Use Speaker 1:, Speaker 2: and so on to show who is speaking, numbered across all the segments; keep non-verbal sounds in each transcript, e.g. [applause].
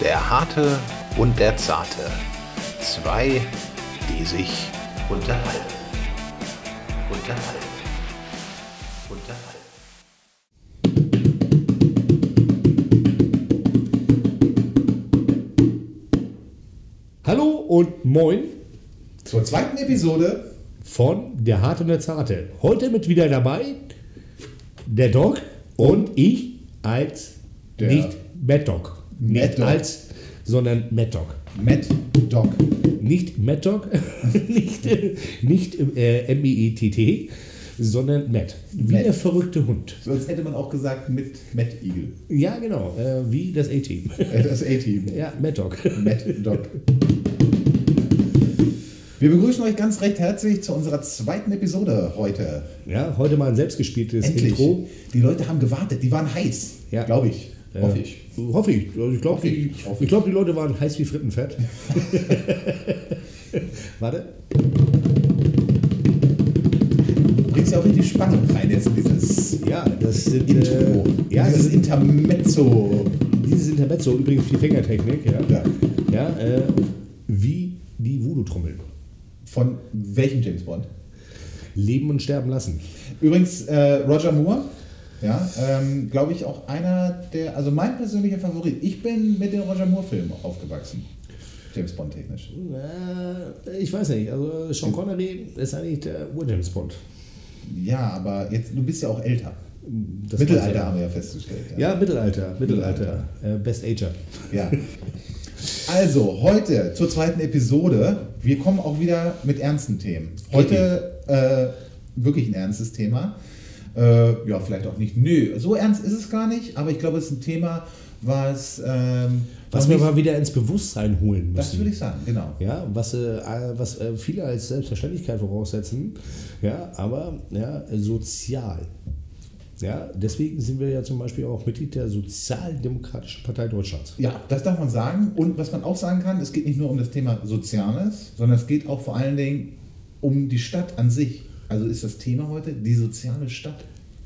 Speaker 1: Der Harte und der Zarte. Zwei, die sich unterhalten. Unterhalten. Unterhalten.
Speaker 2: Hallo und moin
Speaker 3: Zur zweiten Episode.
Speaker 2: von Der Harte und der Zarte. Heute mit wieder dabei der Doc und ich als
Speaker 3: Der-
Speaker 2: nicht Mad Dog.
Speaker 3: Mad
Speaker 2: Nicht
Speaker 3: Dog.
Speaker 2: als, sondern Mad Dog.
Speaker 3: Matt Dog.
Speaker 2: Nicht Mad Dog, [laughs] nicht, äh, nicht äh, M-I-E-T-T, sondern Matt. Wie
Speaker 3: Matt.
Speaker 2: der verrückte Hund.
Speaker 3: Sonst hätte man auch gesagt mit Matt Eagle.
Speaker 2: Ja, genau, äh, wie das A-Team. [laughs]
Speaker 3: Äh, Das A-Team.
Speaker 2: ja, Mad Dog.
Speaker 3: Matt Dog. Wir begrüßen euch ganz recht herzlich zu unserer zweiten Episode heute.
Speaker 2: Ja, heute mal ein selbstgespieltes
Speaker 3: Endlich.
Speaker 2: Intro.
Speaker 3: Die Leute haben gewartet, die waren heiß.
Speaker 2: Ja.
Speaker 3: Glaube ich.
Speaker 2: Ja.
Speaker 3: Hoffe ich.
Speaker 2: Hoffe ich. Also ich glaube,
Speaker 3: Hoffe
Speaker 2: die,
Speaker 3: ich, hoffe
Speaker 2: ich glaub, die Leute waren heiß wie [laughs] Frittenfett. Warte.
Speaker 3: Du bringst ja auch richtig Spannung rein jetzt in dieses
Speaker 2: Ja, das sind.
Speaker 3: Intro.
Speaker 2: Äh, ja,
Speaker 3: dieses
Speaker 2: dieses,
Speaker 3: Intermezzo.
Speaker 2: dieses Intermezzo, übrigens die Fingertechnik. Ja.
Speaker 3: Ja.
Speaker 2: ja äh, wie die Voodoo-Trommel.
Speaker 3: Von welchem James Bond?
Speaker 2: Leben und sterben lassen.
Speaker 3: Übrigens, äh, Roger Moore, ja, ähm, glaube ich auch einer der, also mein persönlicher Favorit. Ich bin mit den Roger Moore-Filmen aufgewachsen. James Bond technisch.
Speaker 2: Äh, ich weiß nicht. Also, Sean Connery ist eigentlich der Ur-James Bond.
Speaker 3: Ja, aber jetzt, du bist ja auch älter.
Speaker 2: Das weiß ich.
Speaker 3: Mittelalter haben wir ja festgestellt.
Speaker 2: Ja, Mittelalter. Mittelalter. Äh, Best Ager.
Speaker 3: ja. Also, heute zur zweiten Episode. Wir kommen auch wieder mit ernsten Themen. Heute äh, wirklich ein ernstes Thema. Äh, ja, vielleicht auch nicht. Nö, so ernst ist es gar nicht, aber ich glaube, es ist ein Thema, was. Ähm,
Speaker 2: Was
Speaker 3: noch
Speaker 2: wir
Speaker 3: nicht-
Speaker 2: mal wieder ins Bewusstsein holen müssen.
Speaker 3: Das würde ich sagen, genau.
Speaker 2: Ja, was, äh, äh, was äh, viele als Selbstverständlichkeit voraussetzen, ja, aber ja, sozial. Ja, deswegen sind wir ja zum Beispiel auch Mitglied der Sozialdemokratischen Partei Deutschlands.
Speaker 3: Ja, das darf man sagen. Und was man auch sagen kann, es geht nicht nur um das Thema Soziales, sondern es geht auch vor allen Dingen um die Stadt an sich. Also ist das Thema heute die soziale Stadt.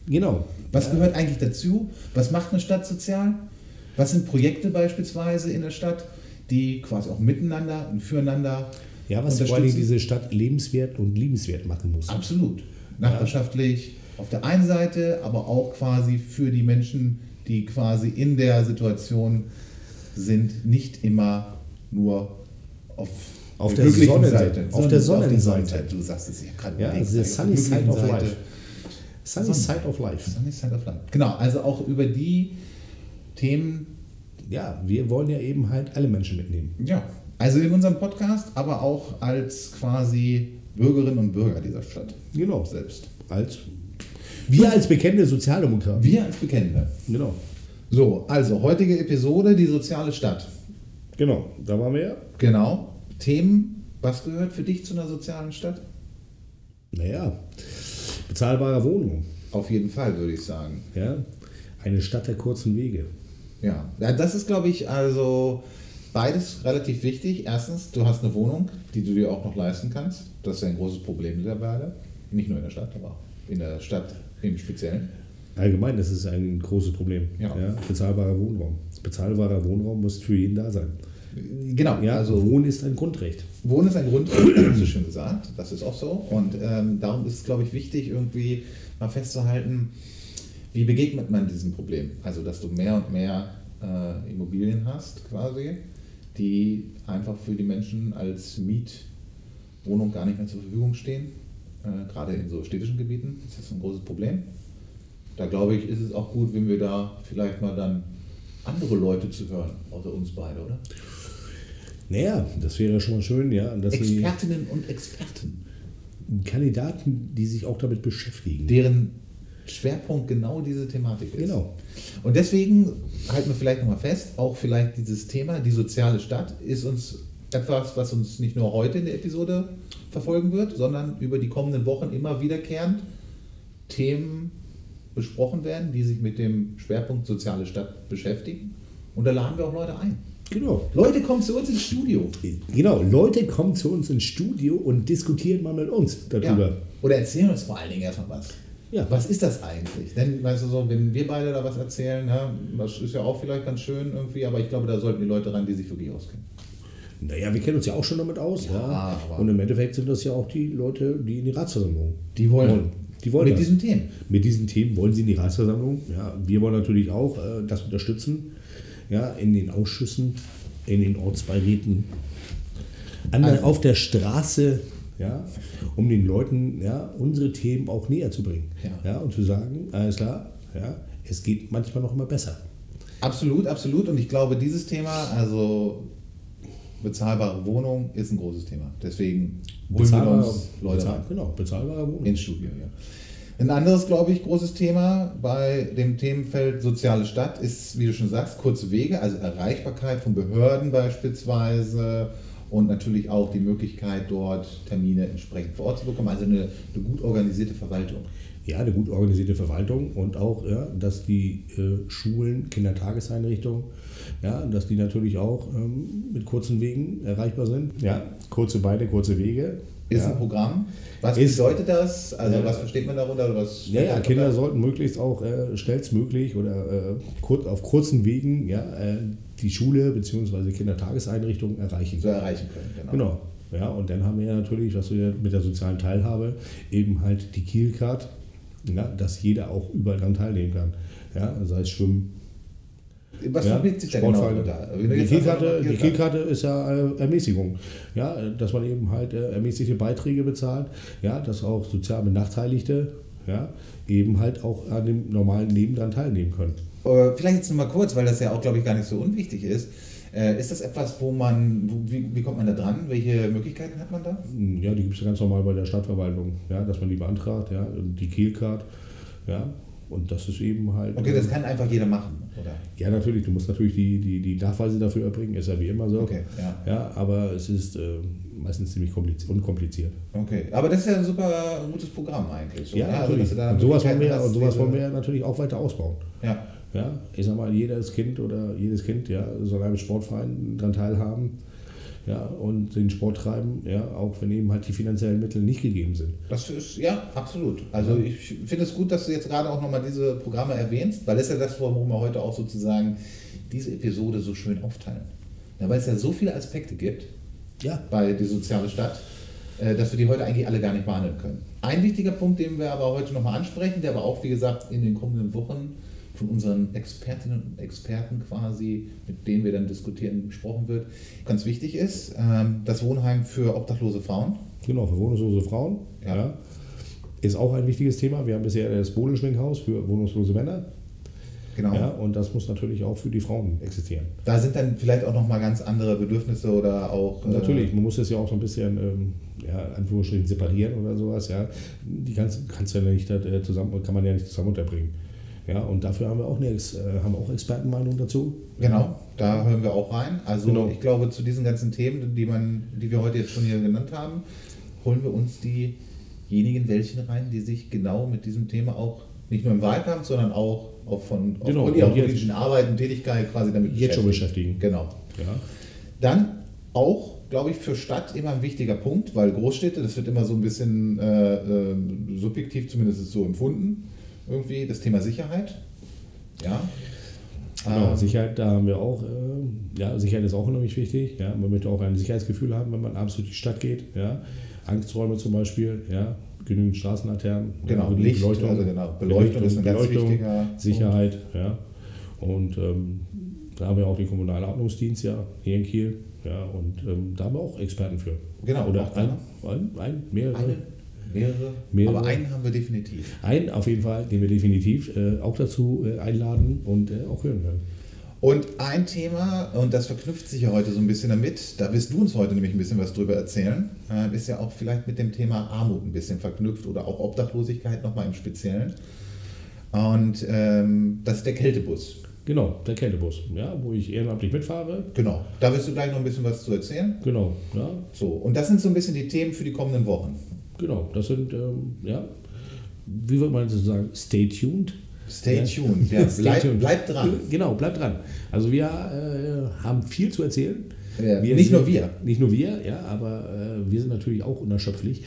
Speaker 2: Genau.
Speaker 3: Was gehört eigentlich dazu? Was macht eine Stadt sozial? Was sind Projekte beispielsweise in der Stadt, die quasi auch miteinander und füreinander
Speaker 2: Ja, was vor allem diese Stadt lebenswert und liebenswert machen muss.
Speaker 3: Absolut. Nachbarschaftlich auf der einen Seite, aber auch quasi für die Menschen, die quasi in der Situation sind, nicht immer nur auf,
Speaker 2: Auf der Sonnenseite. Auf der Sonnenseite.
Speaker 3: Du sagst es ja gerade.
Speaker 2: Ja,
Speaker 3: links,
Speaker 2: the
Speaker 3: auf der
Speaker 2: sunny side of
Speaker 3: glücklichen
Speaker 2: life. Sunny Side of Life.
Speaker 3: Sunny Side of Life. Genau, also auch über die Themen,
Speaker 2: Ja, wir wollen ja eben halt alle Menschen mitnehmen.
Speaker 3: ja, also in unserem Podcast, aber auch als quasi Bürgerinnen und Bürger dieser Stadt
Speaker 2: Genau.
Speaker 3: selbst.
Speaker 2: Als, wir als bekannte Sozialdemokraten.
Speaker 3: Wir als Bekennende.
Speaker 2: Genau.
Speaker 3: So, also heutige Episode, die soziale Stadt.
Speaker 2: Genau, da waren wir ja.
Speaker 3: Genau. Themen, was gehört für dich zu einer sozialen Stadt?
Speaker 2: Naja, bezahlbare Wohnung.
Speaker 3: Auf jeden Fall, würde ich sagen.
Speaker 2: Ja, eine Stadt der kurzen Wege.
Speaker 3: Ja. ja das ist, glaube ich, also beides relativ wichtig. Erstens, du hast eine Wohnung, die du dir auch noch leisten kannst. Das ist ein großes Problem mittlerweile. Nicht nur in der Stadt, aber auch in der Stadt im Speziellen.
Speaker 2: Allgemein, das ist ein großes Problem.
Speaker 3: Ja.
Speaker 2: bezahlbarer Wohnraum. Bezahlbarer Wohnraum muss für jeden da sein.
Speaker 3: Genau,
Speaker 2: Ja,
Speaker 3: also
Speaker 2: Wohnen ist ein Grundrecht.
Speaker 3: Wohnen ist ein [clears throat] Grundrecht, hast du schon gesagt. Das ist auch so. Und ähm, darum ist es, glaube ich, wichtig, irgendwie mal festzuhalten, wie begegnet man diesem Problem? Also, dass du mehr und mehr äh, Immobilien hast, quasi, die einfach für die Menschen als Mietwohnung gar nicht mehr zur Verfügung stehen. Äh, gerade in so städtischen Gebieten ist das ein großes Problem. Da glaube ich, ist es auch gut, wenn wir da vielleicht mal dann andere Leute zu hören, außer uns beide, oder?
Speaker 2: Naja, das wäre schon mal schön, ja. Dass Also die
Speaker 3: Expertinnen und Experten.
Speaker 2: Kandidaten, die sich auch damit beschäftigen.
Speaker 3: deren Schwerpunkt genau diese Thematik ist.
Speaker 2: Genau.
Speaker 3: Und deswegen halten wir vielleicht nochmal fest, auch vielleicht dieses Thema, die soziale Stadt, ist uns etwas, was uns nicht nur heute in der Episode verfolgen wird, sondern über die kommenden Wochen immer wiederkehrend Themen besprochen werden, die sich mit dem Schwerpunkt soziale Stadt beschäftigen. Und da laden wir auch Leute ein.
Speaker 2: Genau.
Speaker 3: Leute, kommt zu uns ins Studio.
Speaker 2: Genau, Leute kommen zu uns ins Studio und diskutieren mal mit uns
Speaker 3: Ja.
Speaker 2: darüber.
Speaker 3: Oder erzählen uns vor allen Dingen erstmal was.
Speaker 2: Ja, Ja.
Speaker 3: Was ist das eigentlich? Denn, weißt du, so, wenn wir beide da was erzählen, ja, das ist ja auch vielleicht ganz schön irgendwie, aber ich glaube, da sollten die Leute ran, die sich wirklich auskennen.
Speaker 2: Naja, wir kennen uns ja auch schon damit aus. Ja,
Speaker 3: aber-
Speaker 2: Und im Endeffekt sind das ja auch die Leute, die in die Ratsversammlung.
Speaker 3: Die wollen.
Speaker 2: Die wollen
Speaker 3: Mit
Speaker 2: das.
Speaker 3: diesen Themen.
Speaker 2: Mit diesen Themen wollen sie in die Ratsversammlung. Ja, wir wollen natürlich auch äh, das unterstützen. Ja, in den Ausschüssen, in den Ortsbeiräten, an,
Speaker 3: Also
Speaker 2: der- auf der Straße, ja, um den Leuten ja, unsere Themen auch näher zu bringen.
Speaker 3: Ja.
Speaker 2: und zu sagen, alles klar, ja, es geht manchmal noch immer besser.
Speaker 3: Absolut, absolut. Und ich glaube, dieses Thema, also bezahlbare Wohnung, ist ein großes Thema. Deswegen holen wir
Speaker 2: Bezahlbare-
Speaker 3: uns Leute
Speaker 2: bezahl,
Speaker 3: rein.
Speaker 2: genau, bezahlbare Wohnung.
Speaker 3: ins Studio. Ja. Ein anderes, glaube ich, großes Thema bei dem Themenfeld soziale Stadt ist, wie du schon sagst, kurze Wege, also Erreichbarkeit von Behörden beispielsweise und natürlich auch die Möglichkeit, dort Termine entsprechend vor Ort zu bekommen. Also eine, eine gut organisierte Verwaltung.
Speaker 2: Ja, eine gut organisierte Verwaltung und auch, ja, dass die äh, Schulen, Kindertageseinrichtungen, ja, dass die natürlich auch ähm, mit kurzen Wegen erreichbar sind. Ja, kurze Beine, kurze Wege.
Speaker 3: Ist
Speaker 2: ja.
Speaker 3: ein Programm. Was
Speaker 2: Ist-
Speaker 3: bedeutet das? Also
Speaker 2: Ja.
Speaker 3: was versteht man darunter? oder Was
Speaker 2: Ja, ja, Kinder sollten möglichst auch äh, schnellstmöglich oder äh, kurz, auf kurzen Wegen ja, äh, die Schule bzw. Kindertageseinrichtungen erreichen.
Speaker 3: so erreichen können. Genau.
Speaker 2: Genau. Ja, und dann haben wir ja natürlich, was wir mit der sozialen Teilhabe, eben halt die Kielcard, ja, dass jeder auch überall dran teilnehmen kann. Ja, sei es Schwimmen,
Speaker 3: Was
Speaker 2: ja,
Speaker 3: verbirgt sich da genau
Speaker 2: Sportvereine.
Speaker 3: darunter? Wenn du
Speaker 2: Die
Speaker 3: jetzt sagst,
Speaker 2: Kielkarte, die
Speaker 3: Kielkarte.
Speaker 2: Kielkarte ist ja äh, Ermäßigung. Ja, äh, dass man eben halt äh, ermäßigte Beiträge bezahlt, ja, dass auch sozial Benachteiligte ja, eben halt auch an dem normalen Leben dran teilnehmen können.
Speaker 3: Äh, Vielleicht jetzt nochmal kurz, weil das ja auch, glaube ich, gar nicht so unwichtig ist. Äh, Ist das etwas, wo man, wo, wie, wie kommt man da dran? Welche Möglichkeiten hat man da?
Speaker 2: Hm, Ja, die gibt es ganz normal bei der Stadtverwaltung, ja, dass man die beantragt, ja, und die Kielcard, ja, und das ist eben halt.
Speaker 3: Okay, das kann einfach jeder machen, oder?
Speaker 2: ja, natürlich, du musst natürlich die, die, die Nachweise dafür erbringen, ist ja wie immer so.
Speaker 3: Okay, ja.
Speaker 2: Ja, aber es ist äh, meistens ziemlich kompliz- unkompliziert.
Speaker 3: Okay, aber das ist ja ein super gutes Programm eigentlich. so,
Speaker 2: Ja,
Speaker 3: ne?
Speaker 2: natürlich.
Speaker 3: dass du da
Speaker 2: und sowas wollen, wir,
Speaker 3: Möglichkeiten
Speaker 2: und sowas
Speaker 3: hast, äh,
Speaker 2: wollen wir ja natürlich auch weiter ausbauen.
Speaker 3: diese- Ja,
Speaker 2: Ja, ich sag mal, jedes Kind oder jedes Kind ja, soll einem Sportverein daran teilhaben ja, und den Sport treiben, ja, auch wenn eben halt die finanziellen Mittel nicht gegeben sind.
Speaker 3: das ist, ja, absolut. Also ich finde es gut, dass du jetzt gerade auch nochmal diese Programme erwähnst, weil das ist ja das, warum wir heute auch sozusagen diese Episode so schön aufteilen. Ja, weil es ja so viele Aspekte gibt,
Speaker 2: Ja.
Speaker 3: bei die soziale Stadt, äh, dass wir die heute eigentlich alle gar nicht behandeln können. Ein wichtiger Punkt, den wir aber heute nochmal ansprechen, der aber auch, wie gesagt, in den kommenden Wochen von unseren Expertinnen und Experten quasi, mit denen wir dann diskutieren, besprochen wird, ganz wichtig ist, ähm, das Wohnheim für obdachlose Frauen.
Speaker 2: Genau, für wohnungslose Frauen
Speaker 3: Ja.
Speaker 2: ja. ist auch ein wichtiges Thema. Wir haben bisher das Bodenschwinghaus für wohnungslose Männer
Speaker 3: Genau.
Speaker 2: ja, und das muss natürlich auch für die Frauen existieren.
Speaker 3: Da sind dann vielleicht auch nochmal ganz andere Bedürfnisse oder auch... äh,
Speaker 2: Natürlich, man muss das ja auch so ein bisschen, ähm, ja, in Anführungsstrichen separieren oder sowas, ja. Die kannst, kannst du ja nicht äh, zusammen, kann man ja nicht zusammen unterbringen. Ja, und dafür haben wir auch eine, Ex- äh, haben wir auch Expertenmeinung dazu.
Speaker 3: Genau, da hören wir auch rein. Also
Speaker 2: Genau.
Speaker 3: ich glaube, zu diesen ganzen Themen, die, man, die wir heute jetzt schon hier genannt haben, holen wir uns diejenigen welchen rein, die sich genau mit diesem Thema auch nicht nur im Wahlkampf, sondern auch, auch von
Speaker 2: Genau,
Speaker 3: aufgrund ihrer
Speaker 2: und jetzt-
Speaker 3: politischen Arbeit und Tätigkeit quasi damit
Speaker 2: Jetzt schon beschäftigen.
Speaker 3: Genau.
Speaker 2: Ja.
Speaker 3: Dann auch, glaube ich, für Stadt immer ein wichtiger Punkt, weil Großstädte, das wird immer so ein bisschen äh, äh, subjektiv zumindest ist so empfunden, irgendwie das Thema Sicherheit. Ja.
Speaker 2: Genau,
Speaker 3: Ähm,
Speaker 2: Sicherheit, da haben wir auch, äh, ja, Sicherheit ist auch unheimlich wichtig. Ja, man möchte auch ein Sicherheitsgefühl haben, wenn man abends durch die Stadt geht. Ja, Angsträume zum Beispiel, ja, genügend Straßenlaternen,
Speaker 3: Genau,
Speaker 2: ja, genügend
Speaker 3: Licht, also genau, Beleuchtung ist ein ganz wichtiger
Speaker 2: Sicherheit, ja. Und ähm, da haben wir auch den kommunalen Ordnungsdienst ja hier in Kiel. Ja, und ähm, da haben wir auch Experten für.
Speaker 3: Genau, auch
Speaker 2: Oder
Speaker 3: da.
Speaker 2: ein, ein, ein, mehrere.
Speaker 3: Einen, mehrere,
Speaker 2: Mehrere.
Speaker 3: aber einen haben wir definitiv.
Speaker 2: Einen auf jeden Fall, den wir definitiv äh, auch dazu äh, einladen und äh, auch hören werden.
Speaker 3: Und ein Thema, und das verknüpft sich ja heute so ein bisschen damit, da wirst du uns heute nämlich ein bisschen was drüber erzählen, äh, ist ja auch vielleicht mit dem Thema Armut ein bisschen verknüpft oder auch Obdachlosigkeit nochmal im Speziellen. Und ähm, das ist der Kältebus.
Speaker 2: Genau, der Kältebus, ja, wo ich ehrenamtlich mitfahre.
Speaker 3: Genau, da wirst du gleich noch ein bisschen was zu erzählen.
Speaker 2: Genau, ja,
Speaker 3: So, und das sind so ein bisschen die Themen für die kommenden Wochen.
Speaker 2: genau. Das sind, ähm, ja, wie würde man so sagen, stay tuned.
Speaker 3: Stay
Speaker 2: Ja.
Speaker 3: tuned,
Speaker 2: [laughs]
Speaker 3: ja,
Speaker 2: Stay
Speaker 3: bleib,
Speaker 2: tuned.
Speaker 3: bleib dran.
Speaker 2: Genau, bleibt dran. Also wir äh, haben viel zu erzählen.
Speaker 3: Ja, nicht nur wir.
Speaker 2: Nicht nur wir, ja, aber äh, wir sind natürlich auch
Speaker 3: [laughs]
Speaker 2: unerschöpflich.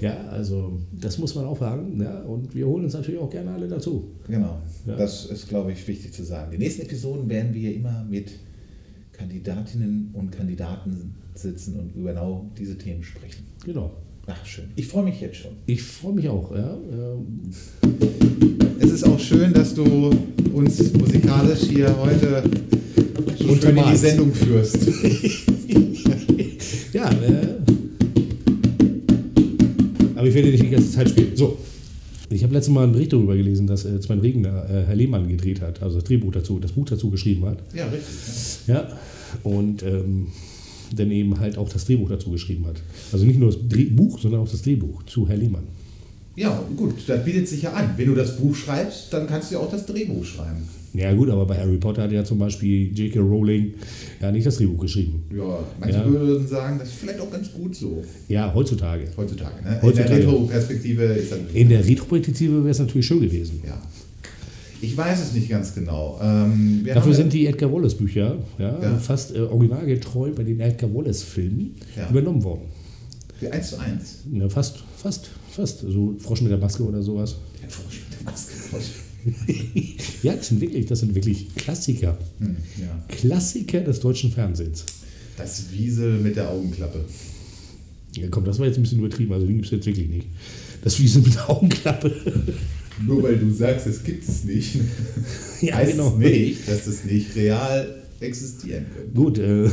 Speaker 2: ja, also das muss man auch sagen. Ja, und wir holen uns natürlich auch gerne alle dazu.
Speaker 3: Genau.
Speaker 2: Ja.
Speaker 3: Das ist, glaube ich, wichtig zu sagen. Die nächsten Episoden werden wir immer mit Kandidatinnen und Kandidaten sitzen und über genau diese Themen sprechen.
Speaker 2: Genau.
Speaker 3: Ach, schön. Ich freue mich jetzt schon.
Speaker 2: Ich freue mich auch. Ja, ähm,
Speaker 3: Es ist auch schön, dass du uns musikalisch hier heute so schön in die
Speaker 2: Untermalst.
Speaker 3: Sendung führst.
Speaker 2: ja äh, aber ich werde nicht die ganze Zeit spielen. So. Ich habe letztes Mal einen Bericht darüber gelesen, dass äh, Sven Regner äh, Herr Lehmann gedreht hat, also das Drehbuch dazu, das Buch dazu geschrieben hat.
Speaker 3: Ja, richtig.
Speaker 2: Ja, und ähm, dann eben halt auch das Drehbuch dazu geschrieben hat. Also nicht nur das Drehbuch, sondern auch das Drehbuch zu Herr Lehmann.
Speaker 3: Ja, gut, das bietet sich ja an. Wenn du das Buch schreibst, dann kannst du ja auch das Drehbuch schreiben.
Speaker 2: Ja gut, aber bei Harry Potter hat ja zum Beispiel J.K. Rowling ja nicht das Drehbuch geschrieben.
Speaker 3: Ja, manche
Speaker 2: Ja.
Speaker 3: würden sagen, das ist vielleicht auch ganz gut so
Speaker 2: Ja, heutzutage.
Speaker 3: heutzutage. Ne?
Speaker 2: Heutzutage.
Speaker 3: In der Retro-Perspektive ist das
Speaker 2: In der Retrospektive wäre es natürlich schön gewesen.
Speaker 3: Ja. Ich weiß es nicht ganz genau. Ähm, wir
Speaker 2: Dafür
Speaker 3: haben-
Speaker 2: sind die Edgar Wallace Bücher ja,
Speaker 3: Ja.
Speaker 2: fast äh, originalgetreu bei den Edgar Wallace Filmen
Speaker 3: Ja.
Speaker 2: übernommen worden.
Speaker 3: wir eins zu eins.
Speaker 2: Ne, fast, fast, fast. So Frosch mit der Maske oder sowas.
Speaker 3: Der Frosch mit der Maske.
Speaker 2: Ja, das sind wirklich, das sind wirklich Klassiker.
Speaker 3: Hm, ja.
Speaker 2: Klassiker des deutschen Fernsehens.
Speaker 3: Das Wiesel mit der Augenklappe.
Speaker 2: Ja, komm, das war jetzt ein bisschen übertrieben. Also, den gibt es jetzt wirklich nicht. Das ist wie so mit der Augenklappe. [laughs]
Speaker 3: Nur weil du sagst, es gibt es nicht,
Speaker 2: ja,
Speaker 3: [laughs]
Speaker 2: genau.
Speaker 3: heißt es nicht, dass es nicht real existieren könnte.
Speaker 2: Gut. Äh,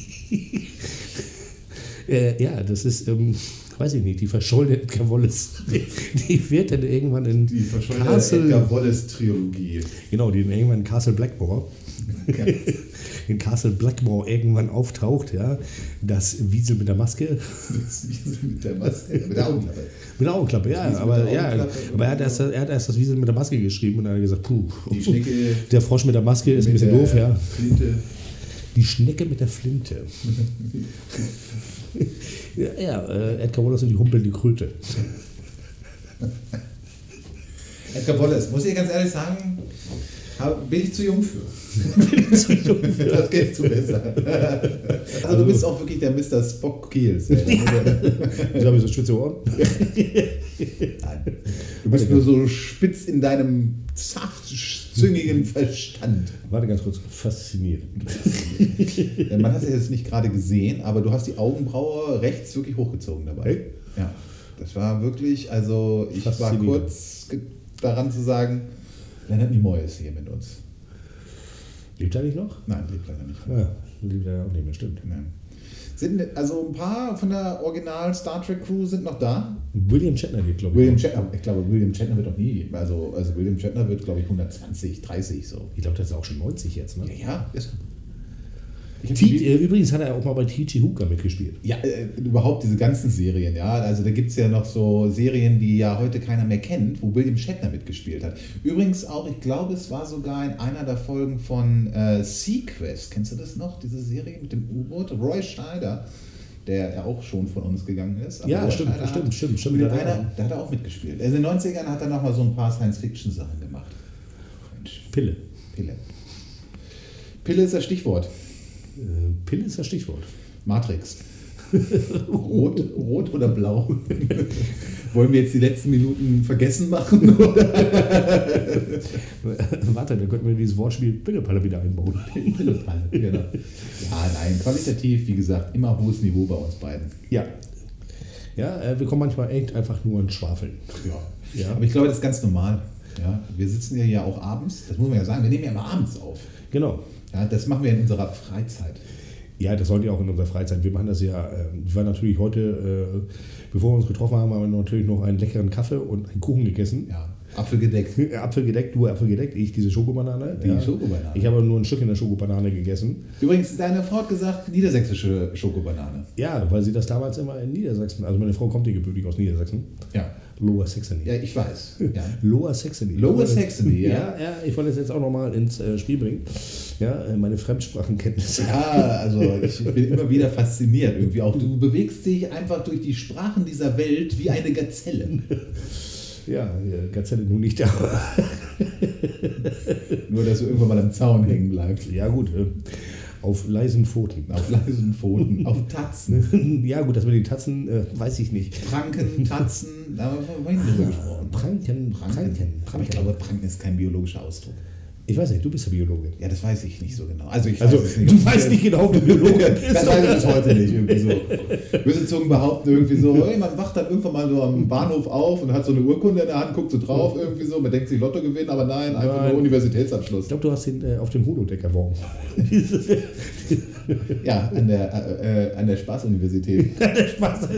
Speaker 2: [laughs] äh, ja, das ist, ähm, weiß ich nicht, die verschollene Edgar Wallace. [laughs] Die wird dann irgendwann in
Speaker 3: Die verschollene
Speaker 2: Castle.
Speaker 3: Edgar Wallace-Trilogie.
Speaker 2: Genau, die dann irgendwann in Castle Blackmore.
Speaker 3: Ja.
Speaker 2: [laughs] In Castle Blackmore irgendwann auftaucht, ja. Das Wiesel mit der Maske.
Speaker 3: Das Wiesel mit der Maske, mit der Augenklappe.
Speaker 2: Mit der Augenklappe, ja.
Speaker 3: Wiesel mit
Speaker 2: aber,
Speaker 3: der
Speaker 2: ja
Speaker 3: Augenklappe.
Speaker 2: aber er, hat erst, er hat erst das Wiesel mit der Maske geschrieben und dann hat er gesagt, puh,
Speaker 3: Die Schnecke
Speaker 2: der Frosch mit der Maske ist ein
Speaker 3: mit
Speaker 2: bisschen
Speaker 3: der
Speaker 2: doof, ja.
Speaker 3: Flinte.
Speaker 2: Die Schnecke mit der Flinte. [laughs] ja, ja äh, Edgar Wallace und die humpelnde Kröte.
Speaker 3: Edgar Wallace, muss ich ganz ehrlich sagen, hab- bin ich zu
Speaker 2: [laughs]
Speaker 3: jung für. Das kennst du besser. Also du bist auch wirklich der Mr. Spock Kiels.
Speaker 2: [laughs] Ich glaube, so spitze Ohren.
Speaker 3: Du bist nur so spitz in deinem züngigen Verstand.
Speaker 2: Warte ganz kurz. Faszinierend.
Speaker 3: Man hat es jetzt nicht gerade gesehen, aber du hast die Augenbraue rechts wirklich hochgezogen dabei.
Speaker 2: Hey?
Speaker 3: Ja. Das war wirklich, also ich war
Speaker 2: Faszinierend.
Speaker 3: kurz ge- daran zu sagen, Leonard Nimoy ist hier mit uns.
Speaker 2: Lebt er nicht noch?
Speaker 3: Nein, lebt leider nicht.
Speaker 2: Ja, lebt er auch nicht mehr, stimmt.
Speaker 3: Nein. Ne? Sind, also ein paar von der Original Star Trek Crew sind noch da.
Speaker 2: William Shatner lebt, glaube ich.
Speaker 3: William
Speaker 2: noch.
Speaker 3: Shatner, ich glaube, William Shatner wird doch nie. Also, also William Shatner wird, glaube ich, 120, 30 so.
Speaker 2: ich glaube, das ist auch schon 90 jetzt, ne?
Speaker 3: Ja, ist. Ich hab
Speaker 2: T
Speaker 3: die-
Speaker 2: äh, übrigens hat er auch mal bei T.G. Hooker mitgespielt.
Speaker 3: ja, äh, überhaupt diese ganzen Serien, ja. Also da gibt es ja noch so Serien, die ja heute keiner mehr kennt, wo William Shatner mitgespielt hat. Übrigens auch, ich glaube, es war sogar in einer der Folgen von äh, Sequest. Kennst du das noch? Diese Serie mit dem U-Boot? Roy Schneider, der ja auch schon von uns gegangen ist. aber
Speaker 2: Ja,
Speaker 3: Roy
Speaker 2: stimmt,
Speaker 3: Scheider
Speaker 2: stimmt,
Speaker 3: hat-
Speaker 2: stimmt, stimmt.
Speaker 3: Und in
Speaker 2: Da hat er-
Speaker 3: einer, da hat er auch mitgespielt. Also in den 90ern hat er nochmal so ein paar Science-Fiction-Sachen gemacht. Mensch,
Speaker 2: Pille.
Speaker 3: Pille. Pille ist das Stichwort.
Speaker 2: Äh, Pille ist das Stichwort.
Speaker 3: Matrix. Rot, rot oder blau? Wollen wir jetzt die letzten Minuten vergessen machen?
Speaker 2: [laughs] Warte, da könnten wir dieses Wortspiel Pillepalle wieder einbauen.
Speaker 3: genau. Ja, nein, qualitativ, wie gesagt, immer hohes Niveau bei uns beiden.
Speaker 2: Ja. Ja, äh, wir kommen manchmal echt einfach nur ins Schwafeln.
Speaker 3: Ja.
Speaker 2: Ja.
Speaker 3: Aber ich glaube, das ist ganz normal. Ja, wir sitzen ja ja auch abends, das muss man ja sagen, wir nehmen ja immer abends auf.
Speaker 2: Genau.
Speaker 3: Ja, das machen wir in unserer Freizeit.
Speaker 2: Ja, das sollte ja auch in unserer Freizeit. Wir machen das ja. äh, Wir waren natürlich heute, äh, bevor wir uns getroffen haben, haben wir natürlich noch einen leckeren Kaffee und einen Kuchen gegessen.
Speaker 3: Ja, apfelgedeckt.
Speaker 2: Äh, Apfelgedeckt, du Apfelgedeckt, ich diese Schokobanane.
Speaker 3: Die Schokobanane.
Speaker 2: Ich habe nur ein Stück in der Schokobanane gegessen.
Speaker 3: Übrigens, deine Frau hat gesagt, niedersächsische Schokobanane.
Speaker 2: Ja, weil sie das damals immer in Niedersachsen, also meine Frau kommt hier gebürtig aus Niedersachsen.
Speaker 3: Ja.
Speaker 2: Lower Saxony.
Speaker 3: Ja, ich weiß. Ja.
Speaker 2: Lower Saxony.
Speaker 3: Lower Saxony, ja.
Speaker 2: ja. Ja, ich wollte es jetzt auch nochmal ins äh, Spiel bringen. Ja, äh, meine Fremdsprachenkenntnisse. [laughs]
Speaker 3: Ja, also ich bin immer wieder fasziniert irgendwie auch. Du bewegst dich einfach durch die Sprachen dieser Welt wie eine Gazelle.
Speaker 2: Ja, äh, Gazelle nun nicht, aber
Speaker 3: Nur, dass du irgendwann mal am Zaun hängen bleibst.
Speaker 2: Ja, gut. äh, Auf leisen Pfoten. [laughs]
Speaker 3: Auf leisen Pfoten, auf Tatzen.
Speaker 2: ja, gut, dass mit den Tatzen, äh, weiß ich nicht.
Speaker 3: Pranken, Tatzen, da haben wir vorhin drüber gesprochen.
Speaker 2: Pranken, Pranken,
Speaker 3: Aber
Speaker 2: Pranken.
Speaker 3: Ich glaube, Pranken ist kein biologischer Ausdruck.
Speaker 2: Ich weiß nicht, du bist der Biologe.
Speaker 3: Ja, das weiß ich nicht so genau. Also, ich
Speaker 2: Also,
Speaker 3: weiß es
Speaker 2: du weißt nicht genau, ob du Biologe bist.
Speaker 3: [laughs] Das weiß ich bis heute nicht. Irgendwie so. Böse Zungen behaupten irgendwie so, hey, man wacht dann irgendwann mal so am Bahnhof auf und hat so eine Urkunde in der Hand, guckt so drauf irgendwie so, man denkt sich Lotto gewinnen, aber nein, einfach
Speaker 2: Nein.
Speaker 3: nur
Speaker 2: Ich
Speaker 3: Universitätsabschluss.
Speaker 2: glaube, du hast ihn äh, auf dem Holodeck erworben.
Speaker 3: Ja, an der, äh, äh, an der Spaßuniversität.
Speaker 2: der Spaß.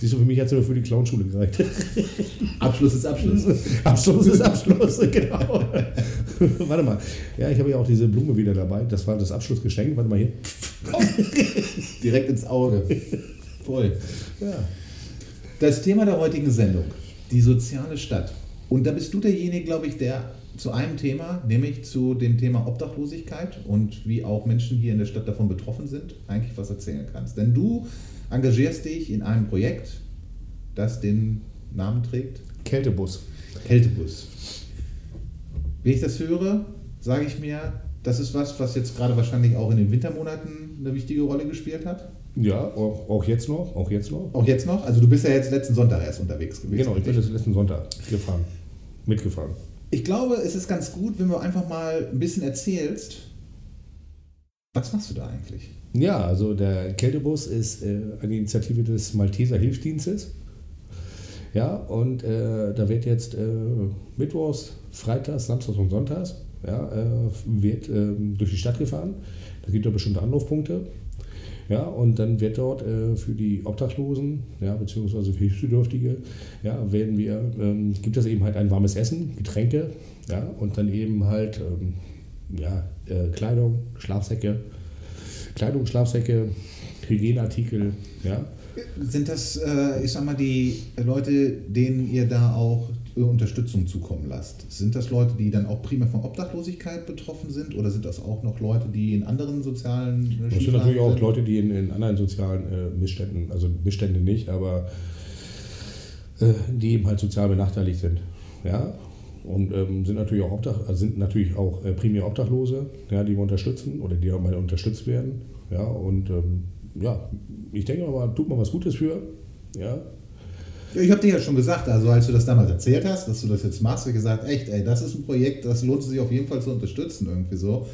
Speaker 2: Siehst du, für mich hat es nur für die Clownschule gereicht.
Speaker 3: Abschluss ist Abschluss.
Speaker 2: Abschluss ist Abschluss, genau. Warte mal. Ja, ich habe ja auch diese Blume wieder dabei. Das war das Abschlussgeschenk. Warte mal hier.
Speaker 3: Direkt ins Auge. Voll.
Speaker 2: Ja.
Speaker 3: Das Thema der heutigen Sendung, die soziale Stadt. Und da bist du derjenige, glaube ich, der zu einem Thema, nämlich zu dem Thema Obdachlosigkeit und wie auch Menschen hier in der Stadt davon betroffen sind, eigentlich was erzählen kannst. Denn du engagierst dich in einem Projekt, das den Namen trägt
Speaker 2: Kältebus.
Speaker 3: Kältebus. Wenn ich das höre, sage ich mir, das ist was, was jetzt gerade wahrscheinlich auch in den Wintermonaten eine wichtige Rolle gespielt hat.
Speaker 2: Ja, auch, auch jetzt noch. Auch jetzt noch.
Speaker 3: Auch jetzt noch. Also du bist ja jetzt letzten Sonntag erst unterwegs gewesen.
Speaker 2: Genau, ich bin das letzten Sonntag gefahren. Mitgefahren.
Speaker 3: Ich glaube, es ist ganz gut, wenn du einfach mal ein bisschen erzählst, was machst du da eigentlich?
Speaker 2: Ja, also der Kältebus ist äh, eine Initiative des Malteser Hilfsdienstes. Ja, und äh, da wird jetzt äh, Mittwochs, Freitags, Samstags und Sonntags ja, äh, wird ähm, durch die Stadt gefahren. Da gibt es bestimmte Anlaufpunkte. Ja, und dann wird dort äh, für die Obdachlosen, ja, beziehungsweise für Hilfsbedürftige, ja, werden wir, ähm, gibt es eben halt ein warmes Essen, Getränke, ja, und dann eben halt, ähm, ja, äh, Kleidung, Schlafsäcke, Kleidung, Schlafsäcke, Hygieneartikel, ja.
Speaker 3: Sind das, äh, ich sag mal, die Leute, denen ihr da auch äh, Unterstützung zukommen lasst? Sind das Leute, die dann auch primär von Obdachlosigkeit betroffen sind oder sind das auch noch Leute, die in anderen sozialen äh,
Speaker 2: Das sind
Speaker 3: Schieflagen
Speaker 2: natürlich auch
Speaker 3: sind?
Speaker 2: Leute, die in, in anderen sozialen äh, Missständen, also Missstände nicht, aber äh, die eben halt sozial benachteiligt sind. Ja? Und ähm, sind natürlich auch, Obdach, also sind natürlich auch äh, primär Obdachlose, ja, die wir unterstützen oder die auch mal unterstützt werden. Ja? Und ähm, ja, ich denke mal, tut man was Gutes für. Ja?
Speaker 3: Ja, Ich habe dir ja schon gesagt, also als du das damals erzählt hast, dass du das jetzt machst, hab ich gesagt, echt, ey, das ist ein Projekt, das lohnt sich auf jeden Fall zu unterstützen irgendwie so.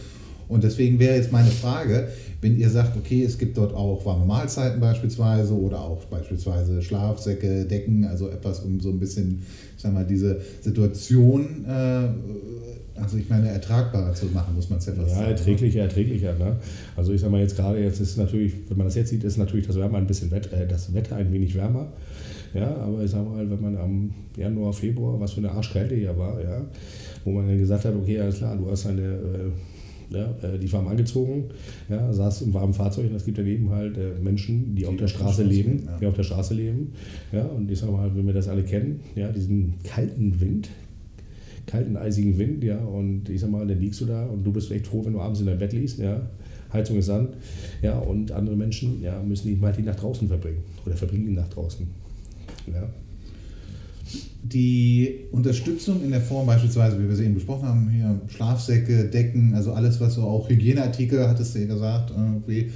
Speaker 3: Und deswegen wäre jetzt meine Frage, wenn ihr sagt, okay, es gibt dort auch warme Mahlzeiten beispielsweise oder auch beispielsweise Schlafsäcke, Decken, also etwas, um so ein bisschen, ich sag mal, diese Situation, äh, also ich meine, ertragbarer zu machen, muss man es ja fast
Speaker 2: Ja,
Speaker 3: sagen.
Speaker 2: erträglicher, erträglicher. Ne? Also ich sag mal jetzt gerade, jetzt ist natürlich, wenn man das jetzt sieht, ist natürlich das Wärme ein bisschen wet, äh, das Wetter ein wenig wärmer. Ja, aber ich sag mal, wenn man am Januar, Februar, was für eine Arschkälte hier war, ja, wo man dann gesagt hat, okay, alles klar, du hast deine äh, ja, äh, die warm angezogen, ja, saß im warmen Fahrzeug und es gibt daneben halt äh, Menschen, die, auf der Straße leben,
Speaker 3: ja.
Speaker 2: die auf der Straße leben. Ja, und ich sag mal, wenn wir das alle kennen, ja, diesen kalten Wind, kalten, eisigen Wind, ja, und ich sag mal, dann liegst du da und du bist echt froh, wenn du abends in deinem Bett liegst, ja, Heizung ist an, ja, und andere Menschen, ja, müssen die mal die Nacht draußen verbringen oder verbringen die Nacht draußen, ja.
Speaker 3: die Unterstützung in der Form beispielsweise, wie wir sie eben besprochen haben, hier Schlafsäcke, Decken, also alles, was so auch Hygieneartikel, hattest du ja gesagt, irgendwie.